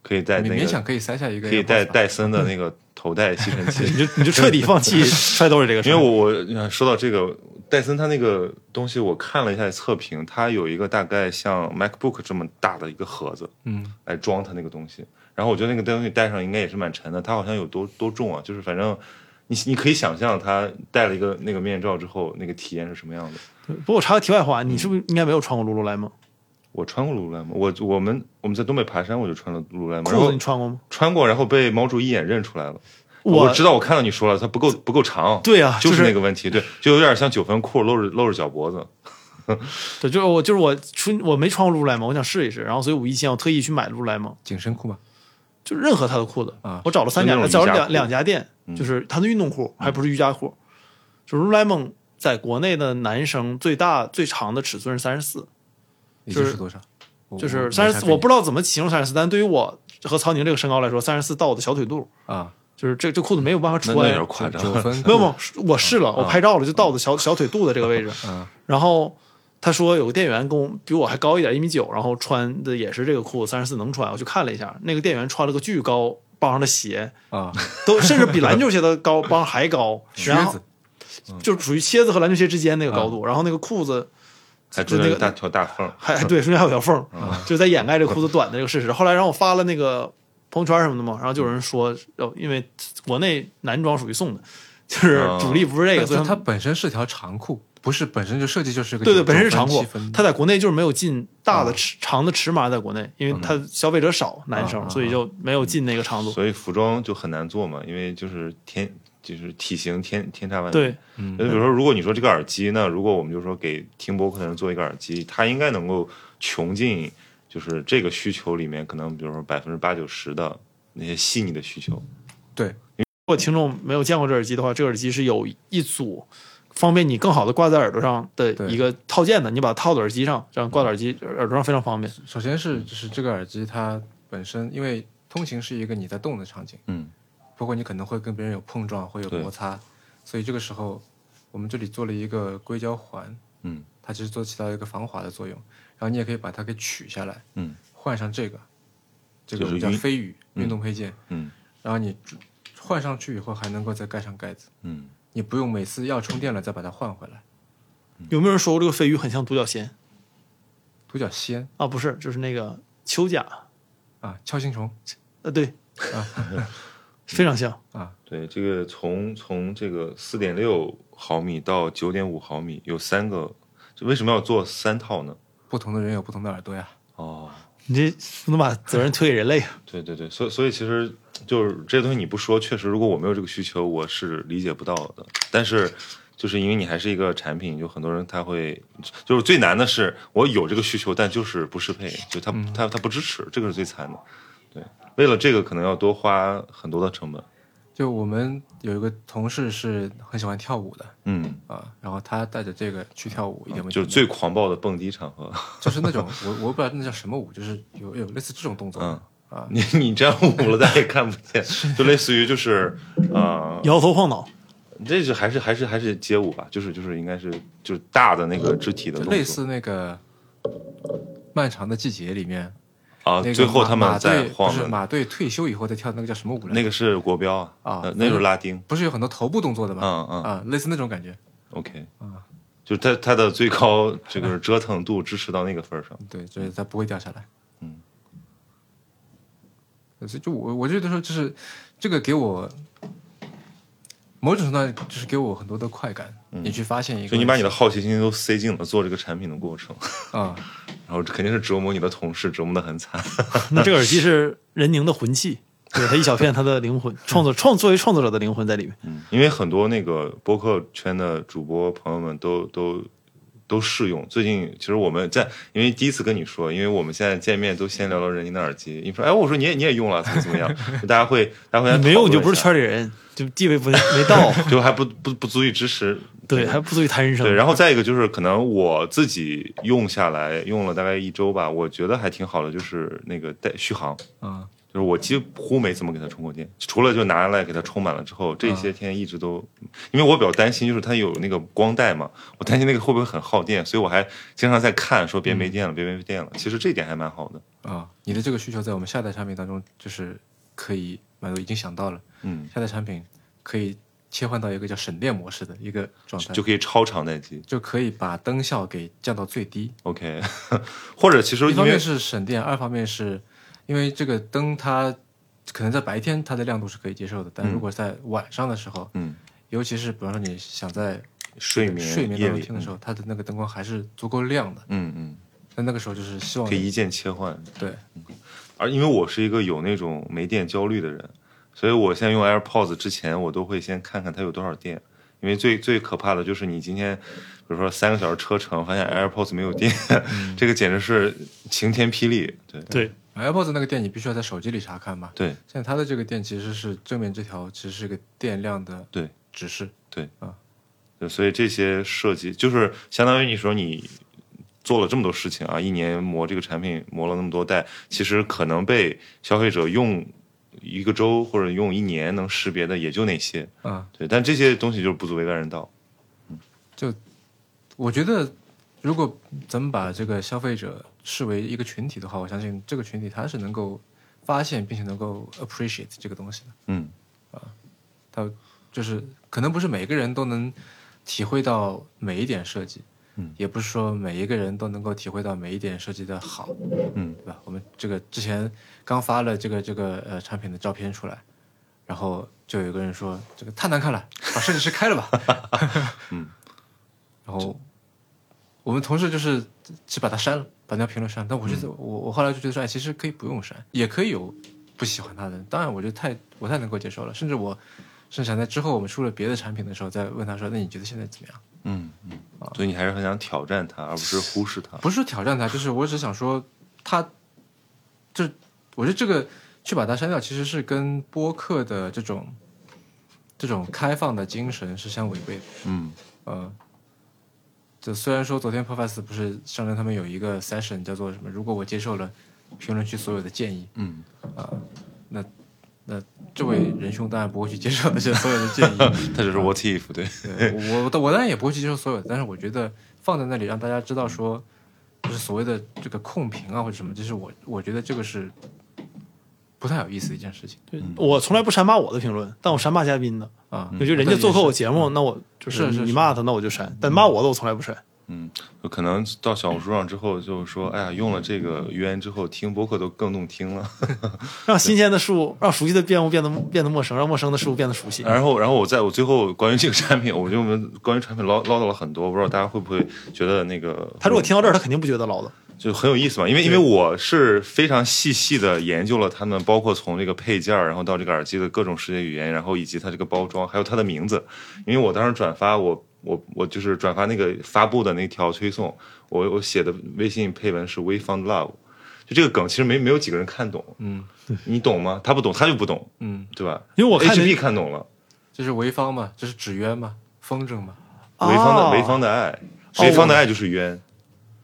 S1: 可以戴那
S3: 勉勉
S1: 个
S3: 强可以塞下一个 AirPods 吧，
S1: 可以戴戴森的那个头戴吸尘器
S2: 你，就你就彻底放弃 揣兜里这个事
S1: 因为
S2: 儿。
S1: 我我呃说到这个戴森，它那个东西我看了一下测评，它有一个大概像 MacBook 这么大的一个盒子，
S3: 嗯。
S1: 来装它那个东西。然后我觉得那个东西带上应该也是蛮沉的，它好像有多多重啊？就是反正你你可以想象，它戴了一个那个面罩之后，那个体验是什么样的。
S2: 不过我插个题外话，
S1: 嗯
S2: 你是不是应该没有穿过露露莱蒙？
S1: 我穿过露露莱蒙，我我们我们在东北爬山，我就穿了露露莱蒙，然
S2: 裤子
S1: 后
S2: 你穿过吗？
S1: 穿过，然后被毛竹一眼认出来了。
S2: 我
S1: 知哦道，我看到你说了，它不够不够长，
S2: 对啊，
S1: 就是是那个问题，对，就有点像九分裤，露着露着脚脖子。
S2: 对，就是我就是我春我没穿过露露莱蒙，我想试一试，然后所以五一期间我特意去买露露莱蒙，
S3: 紧身裤嘛，
S2: 就任何他的裤子
S3: 啊
S2: 我找了三家
S1: 就，那种
S2: 找
S1: 瑜伽
S2: 了两
S1: 裤嗯
S2: 两家店，就是他的运动裤还不是瑜伽裤，就是 Lululemon 在国内的男生最大最长的尺寸是三十四，
S3: 也
S2: 就是
S3: 就是多少？我
S2: 就是三十四，我不知道怎么形容三十四，但对于我和曹宁这个身高来说，三十四到我的小腿肚，
S3: 啊，
S2: 就是这这裤子没有办法
S1: 那那有
S2: 穿，
S1: 点夸张
S3: 九， 分
S2: 没有没有，是我试了，我拍照了，就到我的小小腿肚的这个位置。然后他说有个店员跟我比我还高一点，一米九，然后穿的也是这个裤子，三十四能穿。我去看了一下，那个店员穿了个巨高帮的鞋，
S3: 啊，
S2: 都甚至比篮球鞋的高帮还高，
S3: 靴
S2: 然后
S3: 子
S2: 就是属于靴子和篮球鞋之间那个高度。然后那个裤子
S1: 还
S2: 就
S1: 中间
S2: 那个
S1: 有大条大缝。
S2: 还还对中间还有条缝，
S3: 嗯
S2: 就是在掩盖这个裤子短的这个事实。后来让我发了那个朋友圈什么的嘛，然后就有人说，
S3: 嗯
S2: 哦，因为国内男装属于送的。就是
S1: 哦
S2: 主力不是这个，所以
S3: 就
S2: 他
S3: 它本身是条长裤，不是本身就设计就是个
S2: 对对，
S3: 九
S2: 本身是长
S3: 九
S2: 裤
S3: 分七分，
S2: 它在国内就是没有进大
S3: 嗯
S2: 的尺、长的尺码，在国内，因为它消费者少，男
S3: 嗯
S2: 生、所以就没有进那个长度。
S1: 所以服装就很难做嘛，因为就是天就是体型天天差万别。
S2: 对，
S1: 就比如说，如果你说这个耳机，那如果我们就说给听播客的人做一个耳机，它应该能够穷尽就是这个需求里面可能比如说百分之八九十的那些细腻的需求。
S3: 对
S2: 如果听众没有见过这耳机的话，这耳机是有一组方便你更好的挂在耳朵上的
S3: 对
S2: 一个套件的，你把它套到耳机上，这样挂到耳机耳朵上非常方便。
S3: 首先是就是这个耳机它本身，因为通勤是一个你在动的场景，
S1: 嗯，
S3: 包括你可能会跟别人有碰撞，会有
S1: 对
S3: 摩擦，所以这个时候我们这里做了一个硅胶环，
S1: 嗯，
S3: 它其实做起到一个防滑的作用，然后你也可以把它给取下来，
S1: 嗯，
S3: 换上这个，这
S1: 就
S3: 个我
S1: 是
S3: 们叫
S1: 运
S3: 飞羽运动配件，
S1: 嗯
S3: 然后你换上去以后还能够再盖上盖子，
S1: 嗯，
S3: 你不用每次要充电了再把它换回来，
S2: 有没有人说过这个飞鱼很像独角仙
S3: 独角仙
S2: 啊？不是，就是那个秋甲，
S3: 啊，锹形虫
S2: 呃，对，
S1: 啊
S2: 非常像。
S3: 啊，
S1: 对，这个从从这个四点六毫米到九点五毫米有三个，就为什么要做三套呢？
S3: 不同的人有不同的耳朵呀，
S1: 哦，
S2: 你这不能把责任推给人类啊！
S1: 对对对，所以所以其实就是这些东西你不说，确实如果我没有这个需求，我是理解不到的。但是就是因为你还是一个产品，有很多人他会就是最难的是我有这个需求，但就是不适配，就他、
S3: 嗯
S1: 他他不支持，这个是最惨的。对，为了这个可能要多花很多的成本。
S3: 就我们有一个同事是很喜欢跳舞的，
S1: 嗯，
S3: 啊，然后他带着这个去跳舞，一点问
S1: 啊
S3: 题
S1: 就是
S3: 没有
S1: 最狂暴的蹦迪场合，
S3: 就是那种我我不知道那叫什么舞，就是有有类似这种动
S1: 嗯
S3: 作的，啊，
S1: 你你这样捂了，大家也看不 见，就类似于就是啊。呃
S2: 摇头 晃脑，
S1: 这是还是还是还是街舞吧，就是就是应该是就是大的那个肢体的动
S3: 就
S1: 作，
S3: 类似那个漫长的季节里面，
S1: 啊
S3: 那个，
S1: 最后他
S3: 马马
S1: 们在
S3: 队
S1: 晃
S3: 不是
S1: 的
S3: 马队退休以后再跳那个叫什么舞来着？
S1: 那个是国标啊，
S3: 啊
S1: 呃那时候拉丁，
S3: 不是有很多头部动作的吗？
S1: 嗯嗯
S3: 啊，类似那种感觉，
S1: ，OK，就是它它的最高这个折腾度支持到那个份儿上，
S3: 对，就是它不会掉下来。
S1: 嗯
S3: 嗯，所以就我我觉得说，就是这个给我某种程度上就是给我很多的快感，你去发现一个问题，
S1: 就嗯你把你的好奇心都塞进了做这个产品的过程，
S3: 啊。
S1: 然后这肯定是折磨你的同事，折磨的很惨，
S2: 那这个耳机是任宁的魂器，对他一小片他的灵魂，创作创作为创作者的灵魂在里面。
S1: 嗯因为很多那个播客圈的主播朋友们都都。都试用。最近其实我们在，因为第一次跟你说，因为我们现在见面都先聊聊人家的耳机。你说，哎，我说你也你也用了，怎么怎么样？ 就大家会，大家会来
S2: 你没用
S1: 讨论一
S2: 就不是
S1: 下
S2: 圈里人，就地位不没 到，
S1: 就还不不不足以支持。
S2: 对，还不足以谈人生。
S1: 对，然后再一个就是，可能我自己用下来用了大概一周吧，我觉得还挺好的，就是那个带续航，
S3: 啊，
S1: 就是我几乎没怎么给它充过电，除了就拿来给它充满了之后，这
S3: 嗯
S1: 些天一直都，因为我比较担心，就是它有那个光带嘛，我担心那个会不会很耗电，所以我还经常在看，说别
S3: 嗯
S1: 没电了，别没电了。其实这一点还蛮好的，
S3: 啊，你的这个需求在我们下代产品当中就是可以满足，已经想到了。
S1: 嗯，
S3: 下代产品可以切换到一个叫省电模式的一个状态，
S1: 就可以超长待机。
S3: 就可以把灯效给降到最低。
S1: OK，或者其实
S3: 一
S1: 因
S3: 方面
S1: 为
S3: 是省电，二方面是因为这个灯它可能在白天它的亮度是可以接受的，但如果在晚上的时候，
S1: 嗯，
S3: 尤其是比方说你想在
S1: 睡眠
S3: 睡眠
S1: 夜
S3: 当中
S1: 里
S3: 听的时候，它的那个灯光还是足够亮的。
S1: 嗯嗯，
S3: 那那个时候就是希望
S1: 可以一键切换。
S3: 哦
S1: 嗯
S3: 对
S1: 而因为我是一个有那种没电焦虑的人，所以我现在用 AirPods 之前，我都会先看看它有多少电。因为最最可怕的就是你今天，比如说三个小时车程，发现 AirPods 没有电， 这个简直是晴天霹雳。对
S2: 对
S3: AirPods 那个店，你必须要在手机里查看嘛。
S1: 对
S3: 现在它的这个电其实是正面这条，其实是一个电量的
S1: 对
S3: 指示。
S1: 对，所以这些设计就是相当于你说你做了这么多事情啊，一年磨这个产品磨了那么多代，其实可能被消费者用一个周或者用一年能识别的也就那些。
S3: 嗯，
S1: 对，但这些东西就是不足为外人道。
S3: 我觉得如果咱们把这个消费者视为一个群体的话，我相信这个群体他是能够发现并且能够 appreciate 这个东西的。
S1: 嗯。
S3: 他就是可能不是每个人都能体会到每一点设计，
S1: 嗯，
S3: 也不是说每一个人都能够体会到每一点设计的好，
S1: 嗯，
S3: 对吧？我们这个之前刚发了这个这个呃产品的照片出来，然后就有个人说这个太难看了，把设计师开 了吧，嗯， 然后我们同事就是只把它删了，把那条评论删了，但我觉
S1: 嗯
S3: 得、我我后来就觉得说，哎，其实可以不用删，也可以有不喜欢它的人，当然我觉得太我太能够接受了，甚至我。甚至想在之后我们出了别的产品的时候，再问他说：“那你觉得现在怎么样
S1: 嗯，嗯，所以你还是很想挑战它，而不是忽视它？”。
S3: 不是说挑战他，就是我只想说，他，这我觉得这个去把它删掉，其实是跟播客的这种这种开放的精神是相违背的。
S1: 嗯
S3: 呃，这虽然说昨天 Profess 不是上任他们有一个 session 叫做什么？如果我接受了评论区所有的建议，
S1: 嗯，
S3: 那那这位仁兄当然不会去接受那些所有的建议。
S1: 它只是 what if 对，
S3: 对我我我当然也不会去接受所有的，但是我觉得放在那里让大家知道说，就是所谓的这个控评啊或者什么，就是我我觉得这个是不太有意思的一件事情
S2: 对我从来不删骂我的评论，但我删骂嘉宾的。
S1: 嗯
S3: 啊。
S2: 我觉得人家做客我节目，那我就是
S3: 嗯是
S2: 你
S3: 是
S2: 骂他，那我就删；但骂我的我从来不删。
S1: 嗯，可能到小红书上之后，就是说，哎呀，用了这个语言之后，听播客都更动听了。
S2: 让新鲜的事物，让熟悉的变物变得变得陌生，让陌生的事物变得熟悉。
S1: 然后，然后我在我最后关于这个产品，我就关于产品唠唠叨了很多，不知道大家会不会觉得那个
S2: 他如果听到这儿，他肯定不觉得唠叨。
S1: 就很有意思嘛，因为因为我是非常细细的研究了他们，包括从这个配件儿，然后到这个耳机的各种世界语言，然后以及它这个包装，还有它的名字。因为我当时转发我我我就是转发那个发布的那条推送，我我写的微信配文是 “We found love”，就这个梗其实没没有几个人看懂，
S3: 嗯
S1: 你懂吗？他不懂，他就不懂，
S3: 嗯，
S1: 对吧？
S2: 因为我看
S1: HB 看懂了，
S3: 就是潍坊嘛，就是纸鸢嘛，风筝嘛，
S1: 潍坊的
S2: 哦
S1: 潍坊的爱，潍坊的爱就是冤。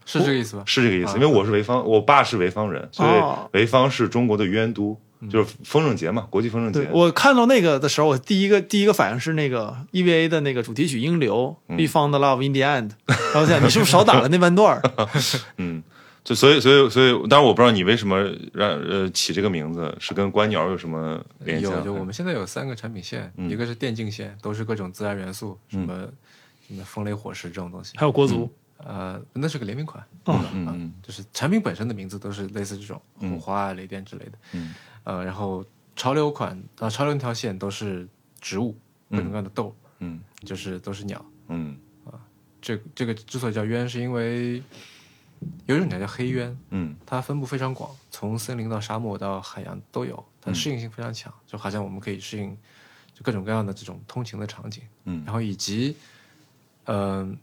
S3: 是这个意思吧？
S1: 是这个意思，
S3: 啊
S1: 因为我是潍坊，我爸是潍坊人，所
S2: 哦
S1: 以潍坊是中国的冤都，
S3: 嗯
S1: 就是风筝节嘛，国际风筝
S2: 对
S1: 节。
S2: 我看到那个的时候，我第一个第一个反应是那个 EVA 的那个主题曲《英流》，We
S1: 嗯
S2: found love in the end。然后我想，你是不是少打了那半段儿？
S1: 嗯，就所以所以所以，当然我不知道你为什么让呃起这个名字，是跟观鸟有什么联系啊？
S3: 有有，我们现在有三个产品线，
S1: 嗯
S3: 一个是电竞线，都是各种自然元素，什么、什么风雷火石这种东西。
S2: 还有国足，
S3: 呃，那是个联名款，
S2: 嗯
S1: 嗯
S3: 啊
S1: 嗯
S3: 就是产品本身的名字都是类似这种火花啊、雷电之类的，
S1: 嗯，
S3: 呃，然后潮流款啊、潮流那条线都是植物，各种各样的豆，
S1: 嗯
S3: 就是都是鸟。
S1: 嗯
S3: 这这个之所以叫鸢，是因为有一种鸟叫黑鸢，
S1: 嗯
S3: 它分布非常广，从森林到沙漠到海洋都有，它适应性非常强，就好像我们可以适应就各种各样的这种通勤的场景，
S1: 嗯
S3: 然后以及嗯、呃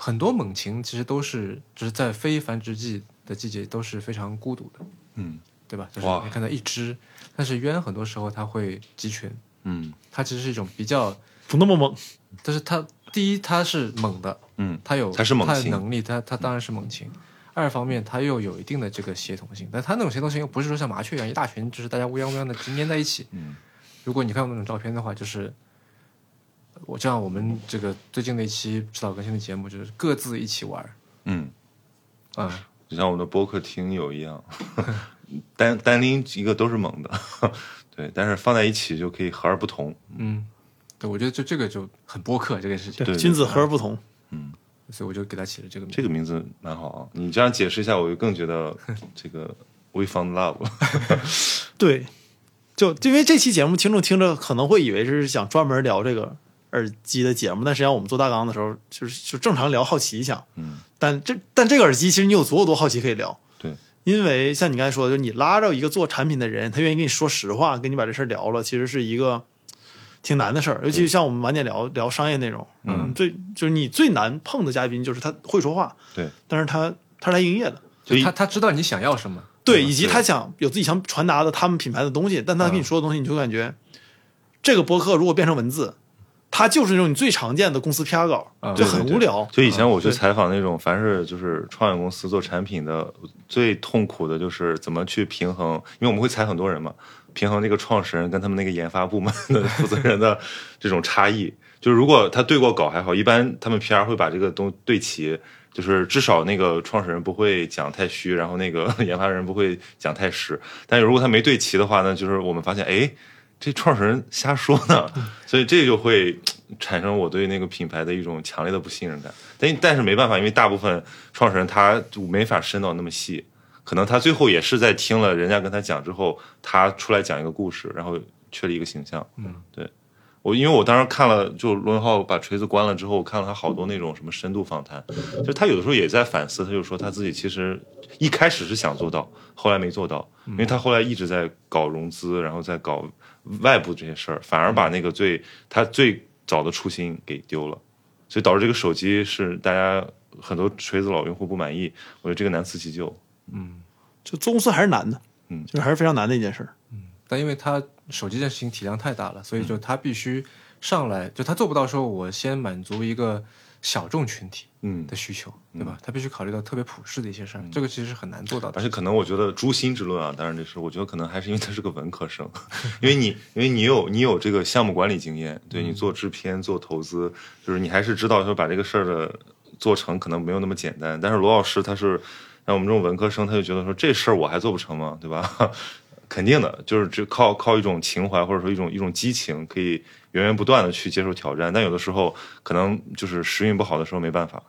S3: 很多猛禽其实都是就是在非繁殖季的季节都是非常孤独的，
S1: 嗯
S3: 对吧？就是
S1: 哇
S3: 你看到一只，但是鸢很多时候它会集群，
S1: 嗯
S3: 它其实是一种比较，
S2: 不那么猛。
S3: 但是它第一它是猛的，
S1: 嗯
S3: 它有
S1: 它是猛
S3: 它的
S1: 禽
S3: 能力，它它当然是猛禽。二方面，它又有一定的这个协同性，但它那种协同性又不是说像麻雀一样一大群，就是大家乌泱乌泱的粘在一起。
S1: 嗯
S3: 如果你看我那种照片的话，就是我这样，我们这个最近的一期指导更新的节目就是各自一起玩儿
S1: 嗯，
S3: 啊、
S1: 就像我们的播客听友一样， 单单拎一个都是猛的， 对，但是放在一起就可以和而不同。
S3: 嗯，对，我觉得就这个就很播客这个事情，
S1: 对
S2: 君子和而不同。
S3: 所以我就给它起了这个名字
S1: 这。个名字蛮好啊，你这样解释一下，我就更觉得这个 We Found Love 了。
S2: 对，就就因为这期节目，听众听着可能会以为是想专门聊这个耳机的节目，但实际上我们做大纲的时候，就是就正常聊好奇一下。
S1: 嗯，
S2: 但这但这个耳机其实你有足够多好奇可以聊。
S1: 对，
S2: 因为像你刚才说的，就是你拉着一个做产品的人，他愿意跟你说实话，跟你把这事儿聊了，其实是一个挺难的事儿。尤其像我们晚点聊聊商业内容，
S1: 嗯，
S2: 最就是你最难碰的嘉宾就是他会说话，
S1: 对，
S2: 但是他他是来营业的，
S1: 所以
S3: 他他知道你想要什么，
S2: 对，
S1: 嗯
S2: 以及
S1: 对嗯
S2: 他想有自己想传达的他们品牌的东西，但他跟你说的东西，你就感觉、这个播客如果变成文字，它就是那种你最常见的公司 PR 稿，
S3: 啊
S2: 就
S1: 对对
S2: 很
S1: 对
S2: 无聊。
S1: 就以前我去
S2: 对
S1: 采访那种，凡是就是创业公司做产品的，最痛苦的就是怎么去平衡，因为我们会采很多人嘛，平衡那个创始人跟他们那个研发部门的 负责人的这种差异。就是如果他对过稿还好，一般他们 PR 会把这个东对齐，就是至少那个创始人不会讲太虚，然后那个 研发人不会讲太实。但如果他没对齐的话呢，就是我们发现，哎，这创始人瞎说呢， 所以这就会产生我对那个品牌的一种强烈的不信任感。但但是没办法，因为大部分创始人他就没法深到那么细，可能他最后也是在听了人家跟他讲之后，他出来讲一个故事，然后缺了一个形象。
S3: 嗯，
S1: 对。我因为我当时看了，就罗永浩把锤子关了之后，我看了他好多那种什么深度访谈，就是他有的时候也在反思，他就说他自己其实一开始是想做到，后来没做到，因为他后来一直在搞融资，然后在搞外部这些事儿，反而把那个最他最早的初心给丢了，所以导致这个手机是大家很多锤子老用户不满意，我觉得这个难辞其咎。
S2: 就做公司还是难的，
S1: 嗯
S2: 就是还是非常难的一件事儿。
S3: 但因为他手机这件事情体量太大了，所以就他必须上来，就他做不到说我先满足一个小众群体
S1: 嗯，
S3: 的需求，对吧？他必须考虑到特别普世的一些事儿，这个其实是很难做到的
S1: 而。且可能我觉得诛心之论啊，当然这是我觉得可能还是因为他是个文科生， 因为你因为你有你有这个项目管理经验，对你做制片做投资，就是你还是知道说把这个事儿的做成可能没有那么简单。但是罗老师他是像我们这种文科生，他就觉得说这事儿我还做不成吗？对吧？ 肯定的，就是只靠靠一种情怀或者说一种一种激情，可以源源不断的去接受挑战。但有的时候可能就是时运不好的时候没办法。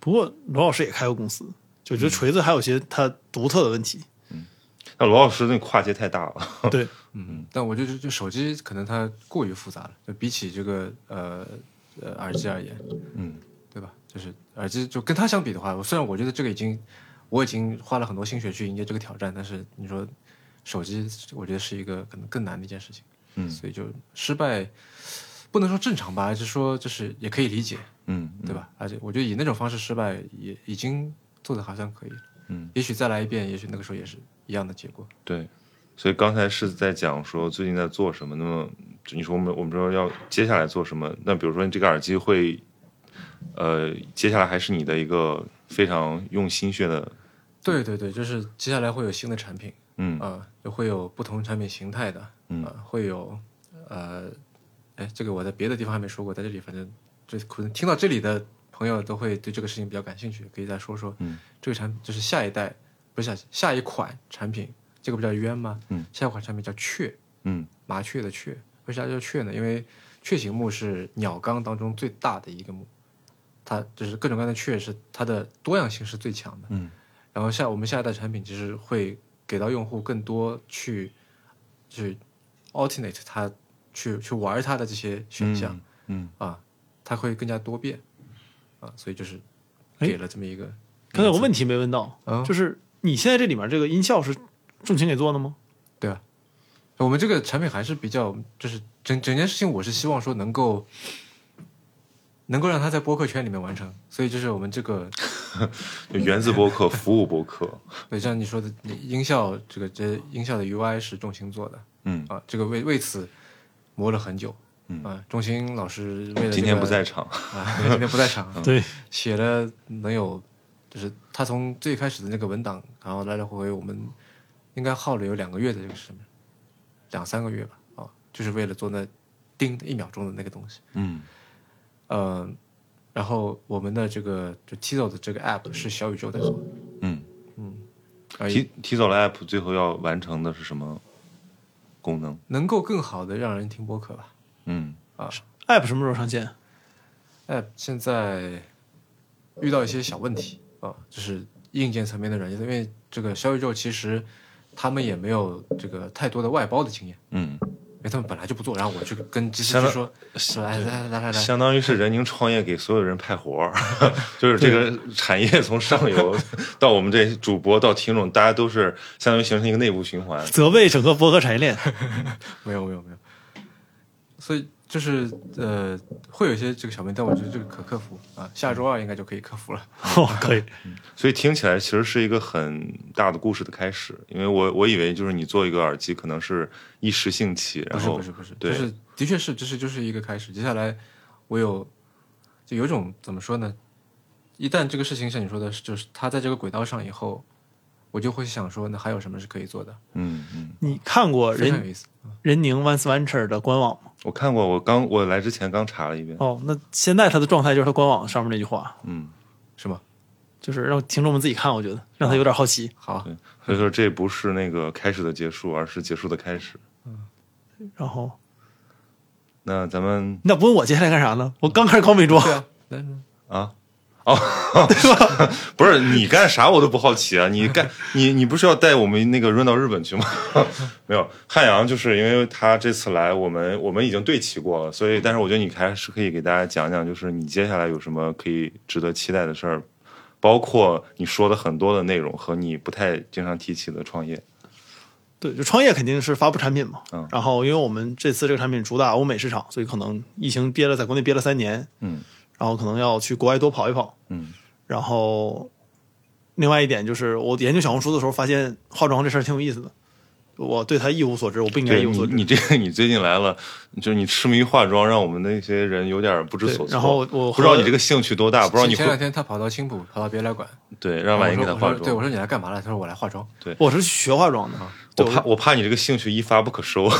S2: 不过罗老师也开过公司，就觉
S1: 嗯
S2: 得锤子还有些它独特的问 题。
S1: 那罗老师那跨界太大了，
S2: 对，
S3: 嗯，但我就就就手机可能它过于复杂了，就比起这个呃呃耳机而言，
S1: 嗯，
S3: 对吧？就是耳机就跟它相比的话，我虽然我觉得这个已经我已经花了很多心血去迎接这个挑战，但是你说手机，我觉得是一个可能更难的一件事情。
S1: 嗯
S3: 所以就失败不能说正常吧，而是说就是也可以理解，
S1: 嗯，嗯
S3: 对吧？而且我觉得以那种方式失败也已经做的好像可以了。
S1: 嗯，
S3: 也许再来一遍，也许那个时候也是一样的结果。
S1: 对，所以刚才是在讲说最近在做什么。那么你说我们我们说要接下来做什么？那比如说你这个耳机会，呃，接下来还是你的一个非常用心血的，
S3: 对对对，就是接下来会有新的产品，
S1: 嗯
S3: 啊、就会有不同产品形态的，
S1: 嗯
S3: 啊会有呃，哎，这个我在别的地方还没说过，在这里反正这可能听到这里的朋友都会对这个事情比较感兴趣，可以再说说，
S1: 嗯，
S3: 这个产品就是下一代，不是下下一款产品，这个不叫冤吗？
S1: 嗯，
S3: 下一款产品叫雀，
S1: 嗯
S3: 麻雀的雀，为啥叫雀呢？因为雀形目是鸟纲当中最大的一个目，它就是各种各样的雀是它的多样性是最强的。
S1: 嗯，
S3: 然后下我们下一代产品其实会给到用户更多去去 alternate 它去去玩它的这些选项、
S1: 嗯，
S3: 啊，它会更加多变啊，所以就是
S2: 哎
S3: 给了这么一个
S2: 刚才有个问题没问到，
S1: 嗯
S3: 啊，
S2: 就是你现在这里面这个音效是重情给做的
S1: 嗯
S2: 吗？
S3: 对啊，我们这个产品还是比较，就是整整件事情，我是希望说能够能够让它在播客圈里面完成，所以就是我们这个
S1: 就源自播客，服务播 客，
S3: 对像你说的音效，这个这音效的 UI 是重心做的
S1: 嗯，
S3: 啊，这个为为此磨了很久，
S1: 嗯
S3: 啊，重心老师为了、这个、
S1: 今天不在场，
S3: 啊，今天不在场，
S2: 对，
S3: 写了能有，就是他从最开始的那个文档，然后来来回回，我们应该耗了有两个月的这个时间，两三个月吧，啊，就是为了做那叮一秒钟的那个东西，
S1: 嗯
S3: 呃，然后我们的这个就 Tizo 的这个 app 是小宇宙在做的，呃
S1: 嗯，
S3: 而
S1: 提提走了 app 最后要完成的是什么功能？
S3: 能够更好的让人听播客吧
S1: 嗯，
S2: app 什么时候上线？
S3: ，app 哎现在遇到一些小问题啊，就是硬件层面的软件，因为这个小宇宙其实他们也没有这个太多的外包的经验，
S1: 嗯，
S3: 因为他们本来就不做。然后我去跟机器
S1: 相
S3: 去
S1: 当
S3: 说，说来来来来来，
S1: 相当于是人宁创业给所有人派活儿， 就是这个产业从上游 到我们这主播到听众，大家都是相当于形成一个内部循环。
S2: 责备整个播客产 业链。
S3: 没有没有没有，所以就是呃，会有一些这个小问题，但我觉得这个可克服啊，下周二应该就可以克服了。
S2: 哦，可以，
S1: 所以听起来其实是一个很大的故事的开始，因为我我以为就是你做一个耳机可能是一时兴起，
S3: 不
S1: 然
S3: 是
S1: 后
S3: 不是不是，
S1: 对
S3: 就是的确是，就是就是一个开始。接下来我有就有一种怎么说呢？一旦这个事情像你说的，就是它在这个轨道上以后，我就会想说，那还有什么是可以做的？
S1: 嗯嗯，
S2: 你看过
S3: 非常有
S2: 任
S3: 意思。
S2: 任宁 Once Venture 的官网吗？
S1: 我看过，我刚我来之前刚查了一遍，
S2: 哦，那现在他的状态就是他官网上面那句话，
S1: 嗯，
S3: 是吗？
S2: 就是让听众们自己看，我觉得让他有点好奇。
S3: 好啊，
S1: 所以说这不是那个开始的结束，而是结束的开始。
S2: 然后
S1: 那咱们
S2: 那不问我接下来干啥呢？我刚开始搞美妆，
S1: 嗯
S3: 对啊，那
S1: 啊。哦，不是你干啥我都不好奇啊！你 干你你不是要带我们那个润到日本去吗？ 没有，汉阳就是因为他这次来，我们我们已经对齐过了，所以但是我觉得你还是可以给大家讲讲，就是你接下来有什么可以值得期待的事儿，包括你说的很多的内容和你不太经常提起的创业。
S2: 对，就创业肯定是发布产品嘛。
S1: 嗯
S2: 然后因为我们这次这个产品主打欧美市场，所以可能疫情憋了，在国内憋了三年，
S1: 嗯
S2: 然后可能要去国外多跑一跑。
S1: 嗯
S2: 然后另外一点就是，我研究小红书的时候发现化妆这事儿挺有意思的，我对它一无所知，我不应该
S1: 对
S2: 一无
S1: 你
S2: 所知。
S1: 你这 个你最近来了，就是你痴迷化妆，让我们那些人有点不知所
S2: 对
S1: 措。
S2: 然后我
S1: 不知道
S2: 和
S1: 你这个兴趣多大，啊不知道你
S3: 前两
S1: 会
S3: 天他跑到青浦，跑到别来馆，
S1: 对让婉莹给他
S3: 我
S1: 化
S3: 说我
S1: 妆。
S3: 说对，我说你来干嘛来？他说我来化妆。
S2: 我是学化妆的，
S1: 啊我
S2: 对
S1: 怕我怕你这个兴趣一发不可 收。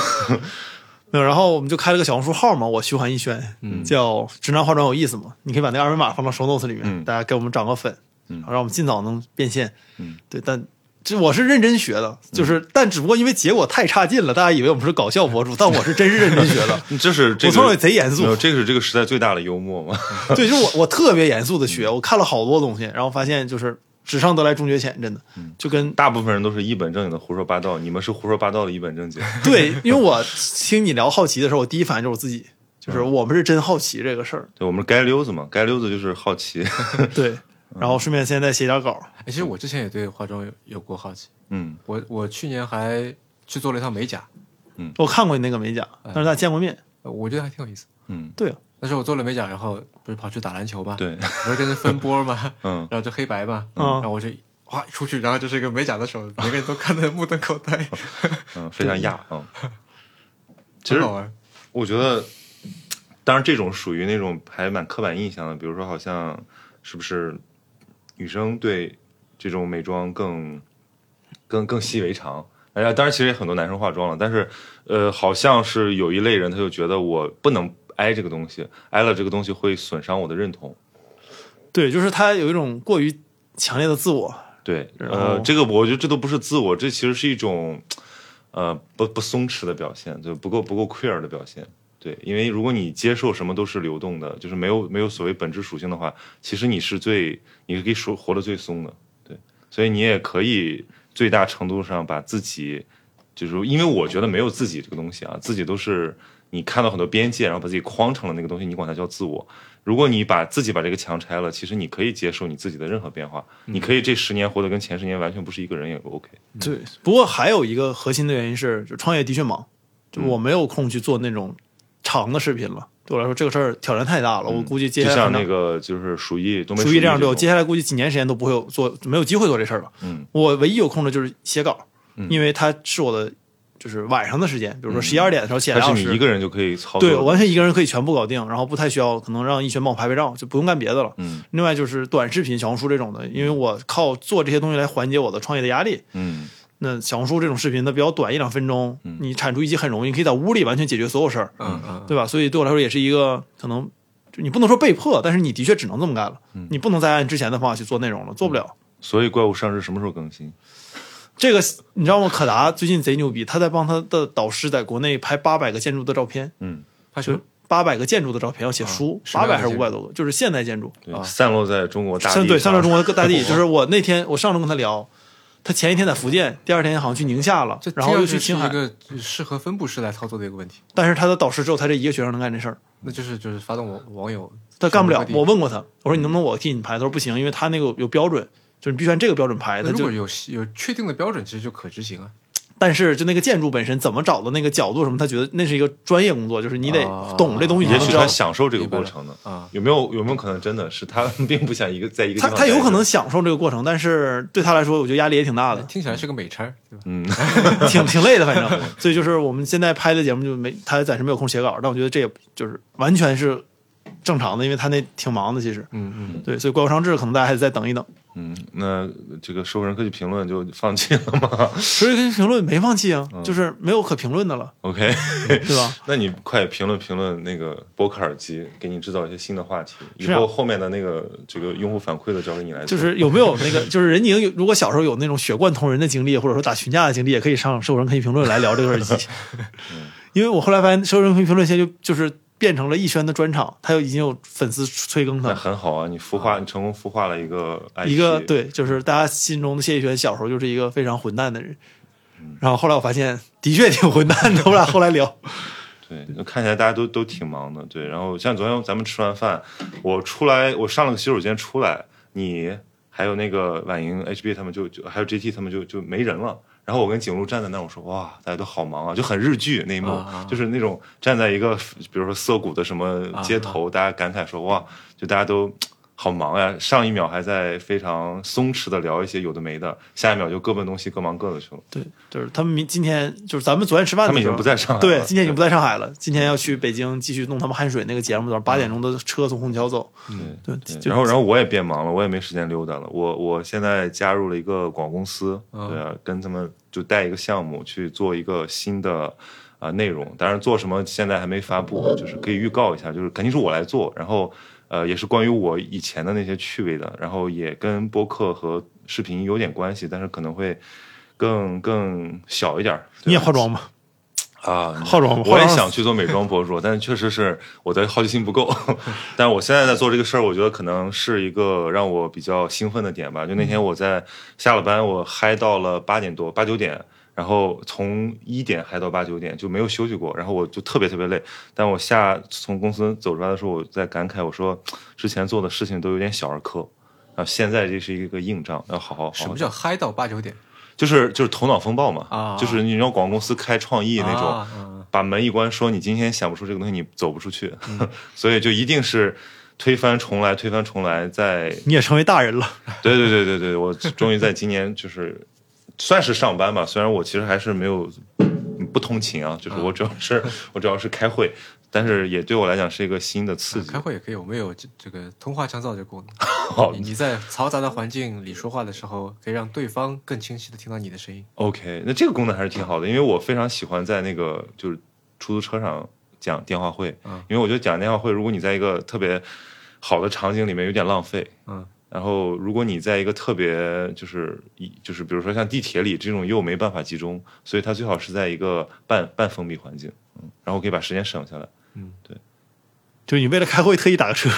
S2: 没有，然后我们就开了个小红书号嘛，我虚幻一轩，
S1: 嗯
S2: 叫“直男化妆有意思”嘛，你可以把那个二维码放到 show notes 里面，
S1: 嗯
S2: 大家给我们涨个粉，
S1: 嗯
S2: 然后让我们尽早能变现，
S1: 嗯，，
S2: 对，但这我是认真学的，就是、但只不过因为结果太差劲了，大家以为我们是搞笑博主，但我是真是认真学的
S1: 这是这
S2: 我
S1: 个
S2: 从小也贼严肃
S1: 没有这个是这个时代最大的幽默嘛。
S2: 对，就是我我特别严肃的学，我看了好多东西，然后发现就是纸上得来终觉浅，真的，
S1: 嗯
S2: 就跟
S1: 大部分人都是一本正经的胡说八道，你们是胡说八道的一本正经。
S2: 对，因为我听你聊好奇的时候，我第一反应就是我自己，就是
S1: 嗯
S2: 我们是真好奇这个事儿，
S1: 对，我们街溜子嘛，街溜子就是好奇。
S2: 对，然后顺便现在写点稿。
S3: 哎，其实我之前也对化妆有有过好奇，
S1: 嗯，
S3: 我我去年还去做了一趟美甲，
S2: 我看过你那个美甲，
S1: 哎
S2: 但是咱俩见过面。
S3: 呃我觉得还挺有意思。
S1: 嗯
S2: 对啊，
S3: 那时候我做了美甲，然后不是跑去打篮球嘛，，
S1: 对，
S3: 不是跟人分波嘛，
S1: 嗯，
S3: 然后就黑白嘛，
S2: 嗯
S3: 然后我就哗出去，然后就是一个美甲的手，每个人都看得目瞪口呆，
S1: 嗯，非常亚嗯。其实
S3: 很好玩。
S1: 我觉得，当然这种属于那种还蛮刻板印象的，比如说好像是不是女生对这种美妆更更更习以为常。哎呀，当然其实也很多男生化妆了，但是呃，好像是有一类人他就觉得我不能挨这个东西，挨了这个东西会损伤我的认同。
S2: 对，就是他有一种过于强烈的自我。
S1: 对，
S2: 然
S1: 呃
S2: 后，
S1: 这个我觉得这都不是自我，这其实是一种，呃，不不松弛的表现，就不够不够 queer 的表现。对，因为如果你接受什么都是流动的，就是没有没有所谓本质属性的话，其实你是最你是可以说活得最松的。对，所以你也可以最大程度上把自己，就是因为我觉得没有自己这个东西啊，自己都是你看到很多边界，然后把自己框成了那个东西，你管它叫自我。如果你把自己把这个墙拆了，其实你可以接受你自己的任何变化，你可以这十年活得跟前十年完全不是一个人也 OK。
S2: 对，不过还有一个核心的原因是，就创业的确忙，就
S1: 嗯
S2: 我没有空去做那种长的视频了。对我来说，这个事儿挑战太大了。我估计
S1: 嗯
S2: 接
S1: 就
S2: 下来
S1: 像
S2: 很长
S1: 那个就是鼠疫东北
S2: 属于这样对
S1: 对
S2: 我接下来估计几年时间都不会有做，没有机会做这事儿了。
S1: 嗯，
S2: 我唯一有空的就是写稿，因为它是我的就是晚上的时间，比如说十一二点的时候写
S1: 但
S2: 两小
S1: 嗯是
S2: 时，
S1: 你一个人就可以操作。
S2: 对，我完全一个人可以全部搞定，然后不太需要可能让一轩帮我拍拍照，就不用干别的了。
S1: 嗯
S2: 另外就是短视频、小红书这种的，因为我靠做这些东西来缓解我的创业的压力。
S1: 嗯
S2: 那小红书这种视频呢比较短，一两分钟，你产出一集很容易，你可以在屋里完全解决所有事儿，
S3: 嗯嗯，
S2: 对吧？所以对我来说也是一个可能，就你不能说被迫，但是你的确只能这么干了，你不能再按之前的方法去做内容了，做不了。
S1: 所以怪物上市什么时候更新？
S2: 这个你知道吗？可达最近贼牛逼，他在帮他的导师在国内拍八百个建筑的照片，
S1: 嗯，
S3: 拍
S2: 就
S3: 手
S2: 是八百个建筑的照片，要写书，
S3: 什么
S2: 八
S3: 样的
S2: 百还是
S3: 建
S2: 五
S3: 筑
S2: 百多个，就是现代建筑。
S1: 对，散落在中国大地
S2: 像
S1: 上。
S2: 对，上到中国大地，就是我那天我上周跟他聊，他前一天在福建，第二天好像去宁夏了
S3: 这，
S2: 然后又
S3: 这
S2: 去青海
S3: 是一，个适合分布式来操作的一个问题，
S2: 但是他的导师只有他这一个学生能干这事儿，
S3: 那就是就是发动网网友
S2: 他干不了
S3: 全。国
S2: 我
S3: 各地
S2: 问过他，我说你能不能我替你排？他说不行，因为他那个有标准，就是你必须按这个标准
S1: 哎
S2: 排。他
S3: 那如
S2: 就
S3: 果有有确定的标准，其实就可执行啊。
S2: 但是就那个建筑本身怎么找的那个角度什么，他觉得那是一个专业工作，就是你得
S3: 啊
S2: 懂这东西
S1: 哦
S2: 才
S1: 也
S2: 能
S1: 许
S2: 知道
S1: 他。享受这个过程呢。
S3: 啊，
S1: 有没有有没有可能真的是他 并不想一个在一个地
S2: 他
S1: 方
S2: 他
S1: 待
S2: 有
S1: 着
S2: 可能享受这个过程，但是对他来说，我觉得压力也挺大的，
S3: 听起来是个美差儿，对吧？
S1: 嗯，
S2: 挺挺累的，反正。所以就是我们现在拍的节目就没他暂时没有空写稿，但我觉得这也就是完全是正常的，因为他那挺忙的，其实
S3: 嗯嗯，
S2: 对，所以《怪物商志》可能大家还得再等一等。
S1: 嗯，那这个兽人科技评论就放弃了吗
S2: 所以跟评论没放弃啊，就是没有可评论的了，
S1: ？OK，
S2: 对 吧？
S1: 那你快评论评论那个播客耳机，给你制造一些新的话题。以
S2: 是啊
S1: 后后面的那个这个用户反馈的交给你来做。
S2: 就是有没有那个，就是任宁有，如果小时候有那种血灌同人的经历，或者说打群架的经历，也可以上兽人可以评论来聊这个耳机。 因为我后来发现，兽人可以评论现在就就是变成了逸轩的专场，他有已经有粉丝催更
S1: 那
S2: 他了。
S1: 很好啊，你孵化，你成功孵化了一个 IP,
S2: 一个，对，就是大家心中的谢逸轩小时候就是一个非常混蛋的人，
S1: 嗯
S2: 然后后来我发现的确挺混蛋的。我俩后来聊，
S1: 对，就看起来大家都都挺忙的，对。然后像昨天咱们吃完饭，我出来，我上了个洗手间出来，你还有那个婉莹、HB 他们就就还有 JT 他们就就没人了。然后我跟景路站在那儿，我说哇，大家都好忙啊，就很日剧那一幕，
S3: 啊啊啊
S1: 就是那种站在一个比如说涩谷的什么街头，大家感慨说哇，就大家都。好忙呀！上一秒还在非常松弛的聊一些有的没的，下一秒就各奔东西，各忙各的去了。
S2: 对，就是他们明今天就是咱们昨天吃饭
S1: 他
S2: 的
S1: 们已
S2: 时
S1: 经
S2: 候
S1: 不。在上海了，嗯
S2: 对，今天已经不在上海了，今天要去北京继续弄他们汉水那个节目，早上八点钟的车从虹桥走。
S1: 对
S2: 对，
S1: 嗯对
S2: 就
S1: 然后，然后我也变忙了，我也没时间溜达了。我我现在加入了一个广告公司，
S3: 嗯
S1: 对、啊，跟他们就带一个项目去做一个新的啊、呃内容，当然做什么现在还没发布，就是可以预告一下，就是肯定是我来做，然后呃也是关于我以前的那些趣味的，然后也跟播客和视频有点关系，但是可能会更更小一点儿。对
S2: 你也
S1: 吧
S2: 化妆吗？
S1: 啊，
S2: 化妆吧
S1: 我
S2: 化
S1: 也
S2: 妆
S1: 想去做美妆博主，但是确实是我的好奇心不够。 但我现在在做这个事儿，我觉得可能是一个让我比较兴奋的点吧。就那天我在下了班，我嗨到了八点多八九点，然后从一点嗨到八九点就没有休息过，然后我就特别特别累。但我下从公司走出来的时候，我在感慨，我说之前做的事情都有点小儿科。啊，现在这是一个硬仗，要好好好好
S3: 什么
S1: 干
S3: 叫嗨到八九点
S1: 就是就是头脑风暴嘛，
S3: 啊
S1: 就是你让广告公司开创意那种，
S3: 啊嗯
S1: 把门一关，说你今天想不出这个东西，你走不出去， 所以就一定是推翻重来，推翻重来，在
S2: 你也成为大人了。
S1: 对对对对对，我终于在今年就是算是上班吧，虽然我其实还是没有不通勤啊，就是我主要是、我主要是开会，但是也对我来讲是一个新的刺激
S3: 开。会也可以，我们有这这个通话降噪这个功能。
S1: 好
S3: 你你在嘈杂的环境里说话的时候，可以让对方更清晰的听到你的声音。
S1: OK，那这个功能还是挺好的，因为我非常喜欢在那个就是出租车上讲电话会，
S3: 嗯
S1: 因为我觉得讲电话会，如果你在一个特别好的场景里面有点浪费，
S3: 嗯，
S1: 然后如果你在一个特别就是一就是比如说像地铁里这种又没办法集中，所以它最好是在一个半半封闭环境，嗯，然后可以把时间省下来，
S2: 就是你为了开会特意打个车，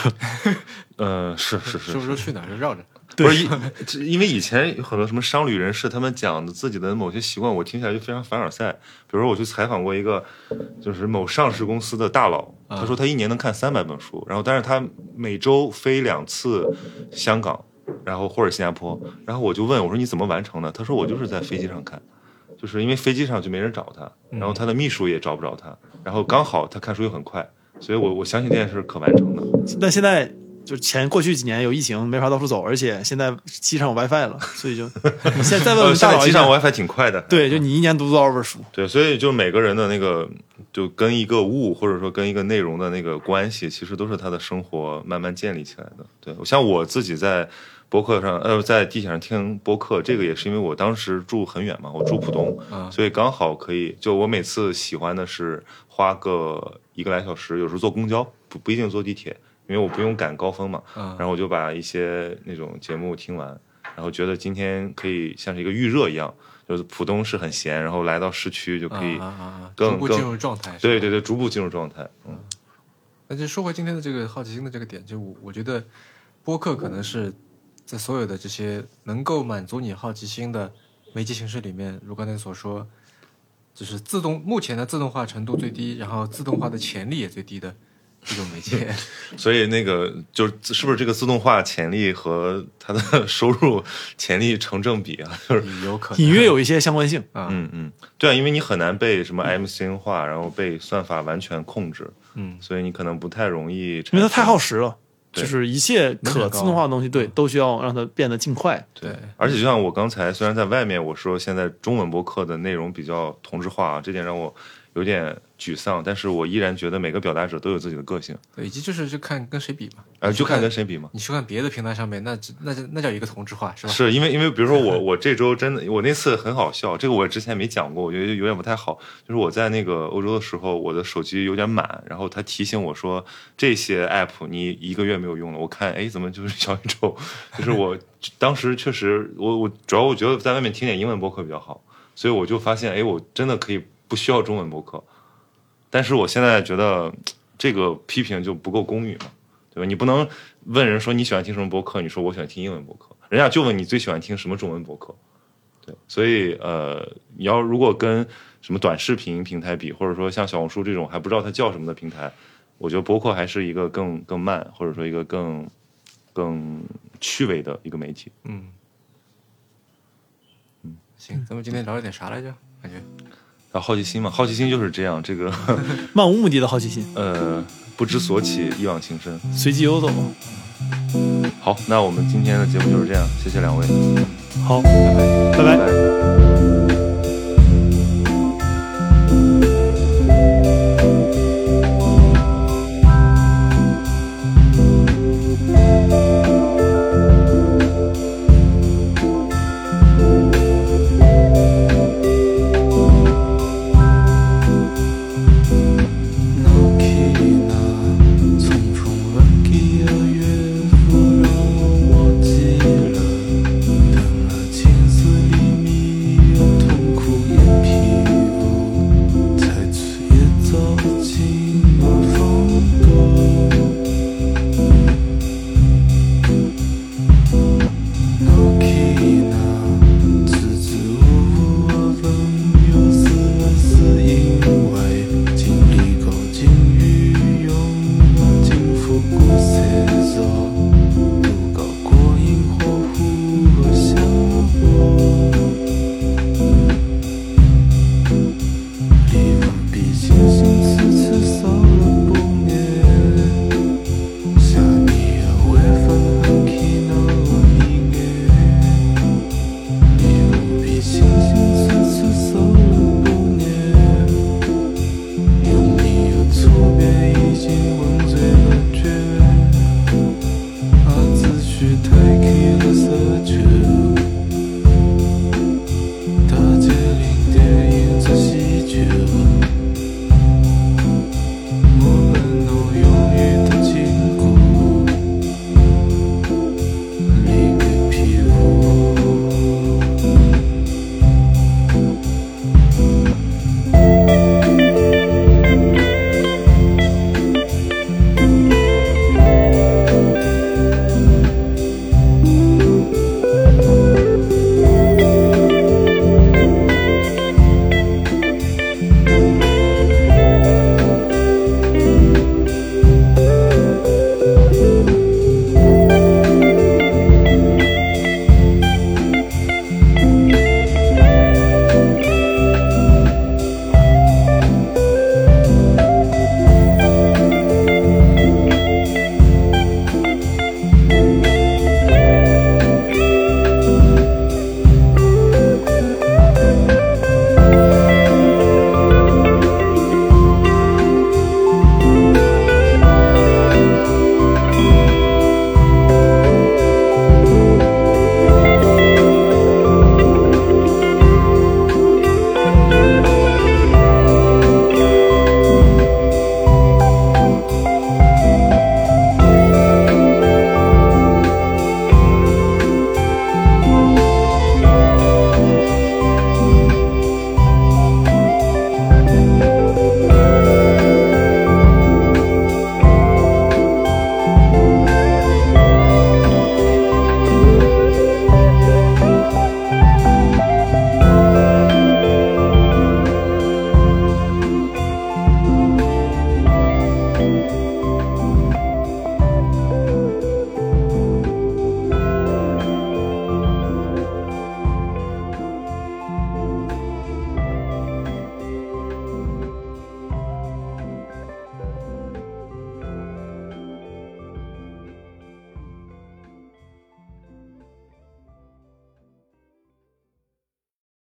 S1: 嗯、是是是
S3: 说不说去哪儿就绕着。
S1: 不是因这因为以前有很多什么商旅人士，他们讲的自己的某些习惯，我听起来就非常凡尔赛。比如说，我去采访过一个，就是某上市公司的大佬，
S2: 嗯
S1: 他说他一年能看三百本书，然后但是他每周飞两次香港，然后或者新加坡，然后我就问我说你怎么完成的？他说我就是在飞机上看。就是因为飞机上就没人找他，然
S2: 嗯
S1: 后他的秘书也找不着他，然后刚好他看书又很快，所以我我相信这件事可完成的。
S2: 但现在就前过去几年有疫情，没法到处走，而且现在机上有 WiFi 了，所以就 你现在再问
S1: 呃，
S2: 问
S1: 现
S2: 大
S1: 在
S2: 佬
S1: 机
S2: 一
S1: 上
S2: 下，
S1: WiFi 挺快的，
S2: 对，就你一年读多少本书？
S1: 对，所以就每个人的那个，就跟一个物或者说跟一个内容的那个关系，其实都是他的生活慢慢建立起来的。对，像我自己在播客上，呃，在地铁上听播客，这个也是因为我当时住很远嘛，我住浦东，
S3: 啊
S1: 所以刚好可以，就我每次喜欢的是花个一个来小时，有时候坐公交，不不一定坐地铁，因为我不用赶高峰嘛，
S3: 啊
S1: 然后我就把一些那种节目听完，然后觉得今天可以像是一个预热一样，就是浦东是很闲，然后来到市区就可以，
S3: 啊啊啊！
S1: 更
S3: 逐步
S1: 更
S3: 进入状态。是吧
S1: 对对对，逐步进入状态。嗯，
S3: 那就说回今天的这个好奇心的这个点，就我我觉得播客可能是在所有的这些能够满足你好奇心的危机形势里面，如刚才所说，就是自动目前的自动化程度最低，然后自动化的潜力也最低的一种媒介。
S1: 所以那个就是是不是这个自动化潜力和它的 收入潜力成正比啊？ 就是
S3: 有可能
S2: 隐约有一些相关性。
S3: 啊，
S1: 嗯嗯，对啊，因为你很难被什么 M 星化，然后被算法完全控制，
S3: 嗯，
S1: 所以你可能不太容易产生。
S2: 因为它太耗时了，
S1: 对
S2: 就是一切可自动化的东西，对，都需要让它变得尽快。
S3: 对，
S1: 而且就像我刚才，虽然在外面我说现在中文播客的内容比较同质化，啊这点让我有点沮丧，但是我依然觉得每个表达者都有自己的个性，
S3: 对，以及就是就看跟谁比嘛，
S1: 呃，
S3: 你去
S1: 就看跟谁比嘛。
S3: 你去看别的平台上面，那只那就那叫一个同质化是吧？
S1: 是因为因为比如说我我这周真的我那次很好笑，这个我之前没讲过，我觉得有点不太好。就是我在那个欧洲的时候，我的手机有点满，然后它提醒我说这些 app 你一个月没有用了。我看哎怎么就是小宇宙，就是我当时确实我我主要我觉得在外面听点英文播客比较好，所以我就发现哎我真的可以不需要中文播客，但是我现在觉得这个批评就不够公允嘛。对吧？你不能问人说你喜欢听什么播客，你说我喜欢听英文播客，人家就问你最喜欢听什么中文播客。对，所以呃，你要如果跟什么短视频平台比，或者说像小红书这种还不知道它叫什么的平台，我觉得播客还是一个更更慢，或者说一个更更趣味的一个媒体。
S3: 嗯，行，咱们今天聊了点啥来着？感觉
S1: 然后好奇心嘛，好奇心就是这样，这个
S2: 漫无目的的好奇心，
S1: 呃不知所起，一往情深。
S2: 随机游走。
S1: 好，那我们今天的节目就是这样，谢谢两位，
S2: 好，
S1: 拜拜。
S2: 拜拜
S1: 拜。拜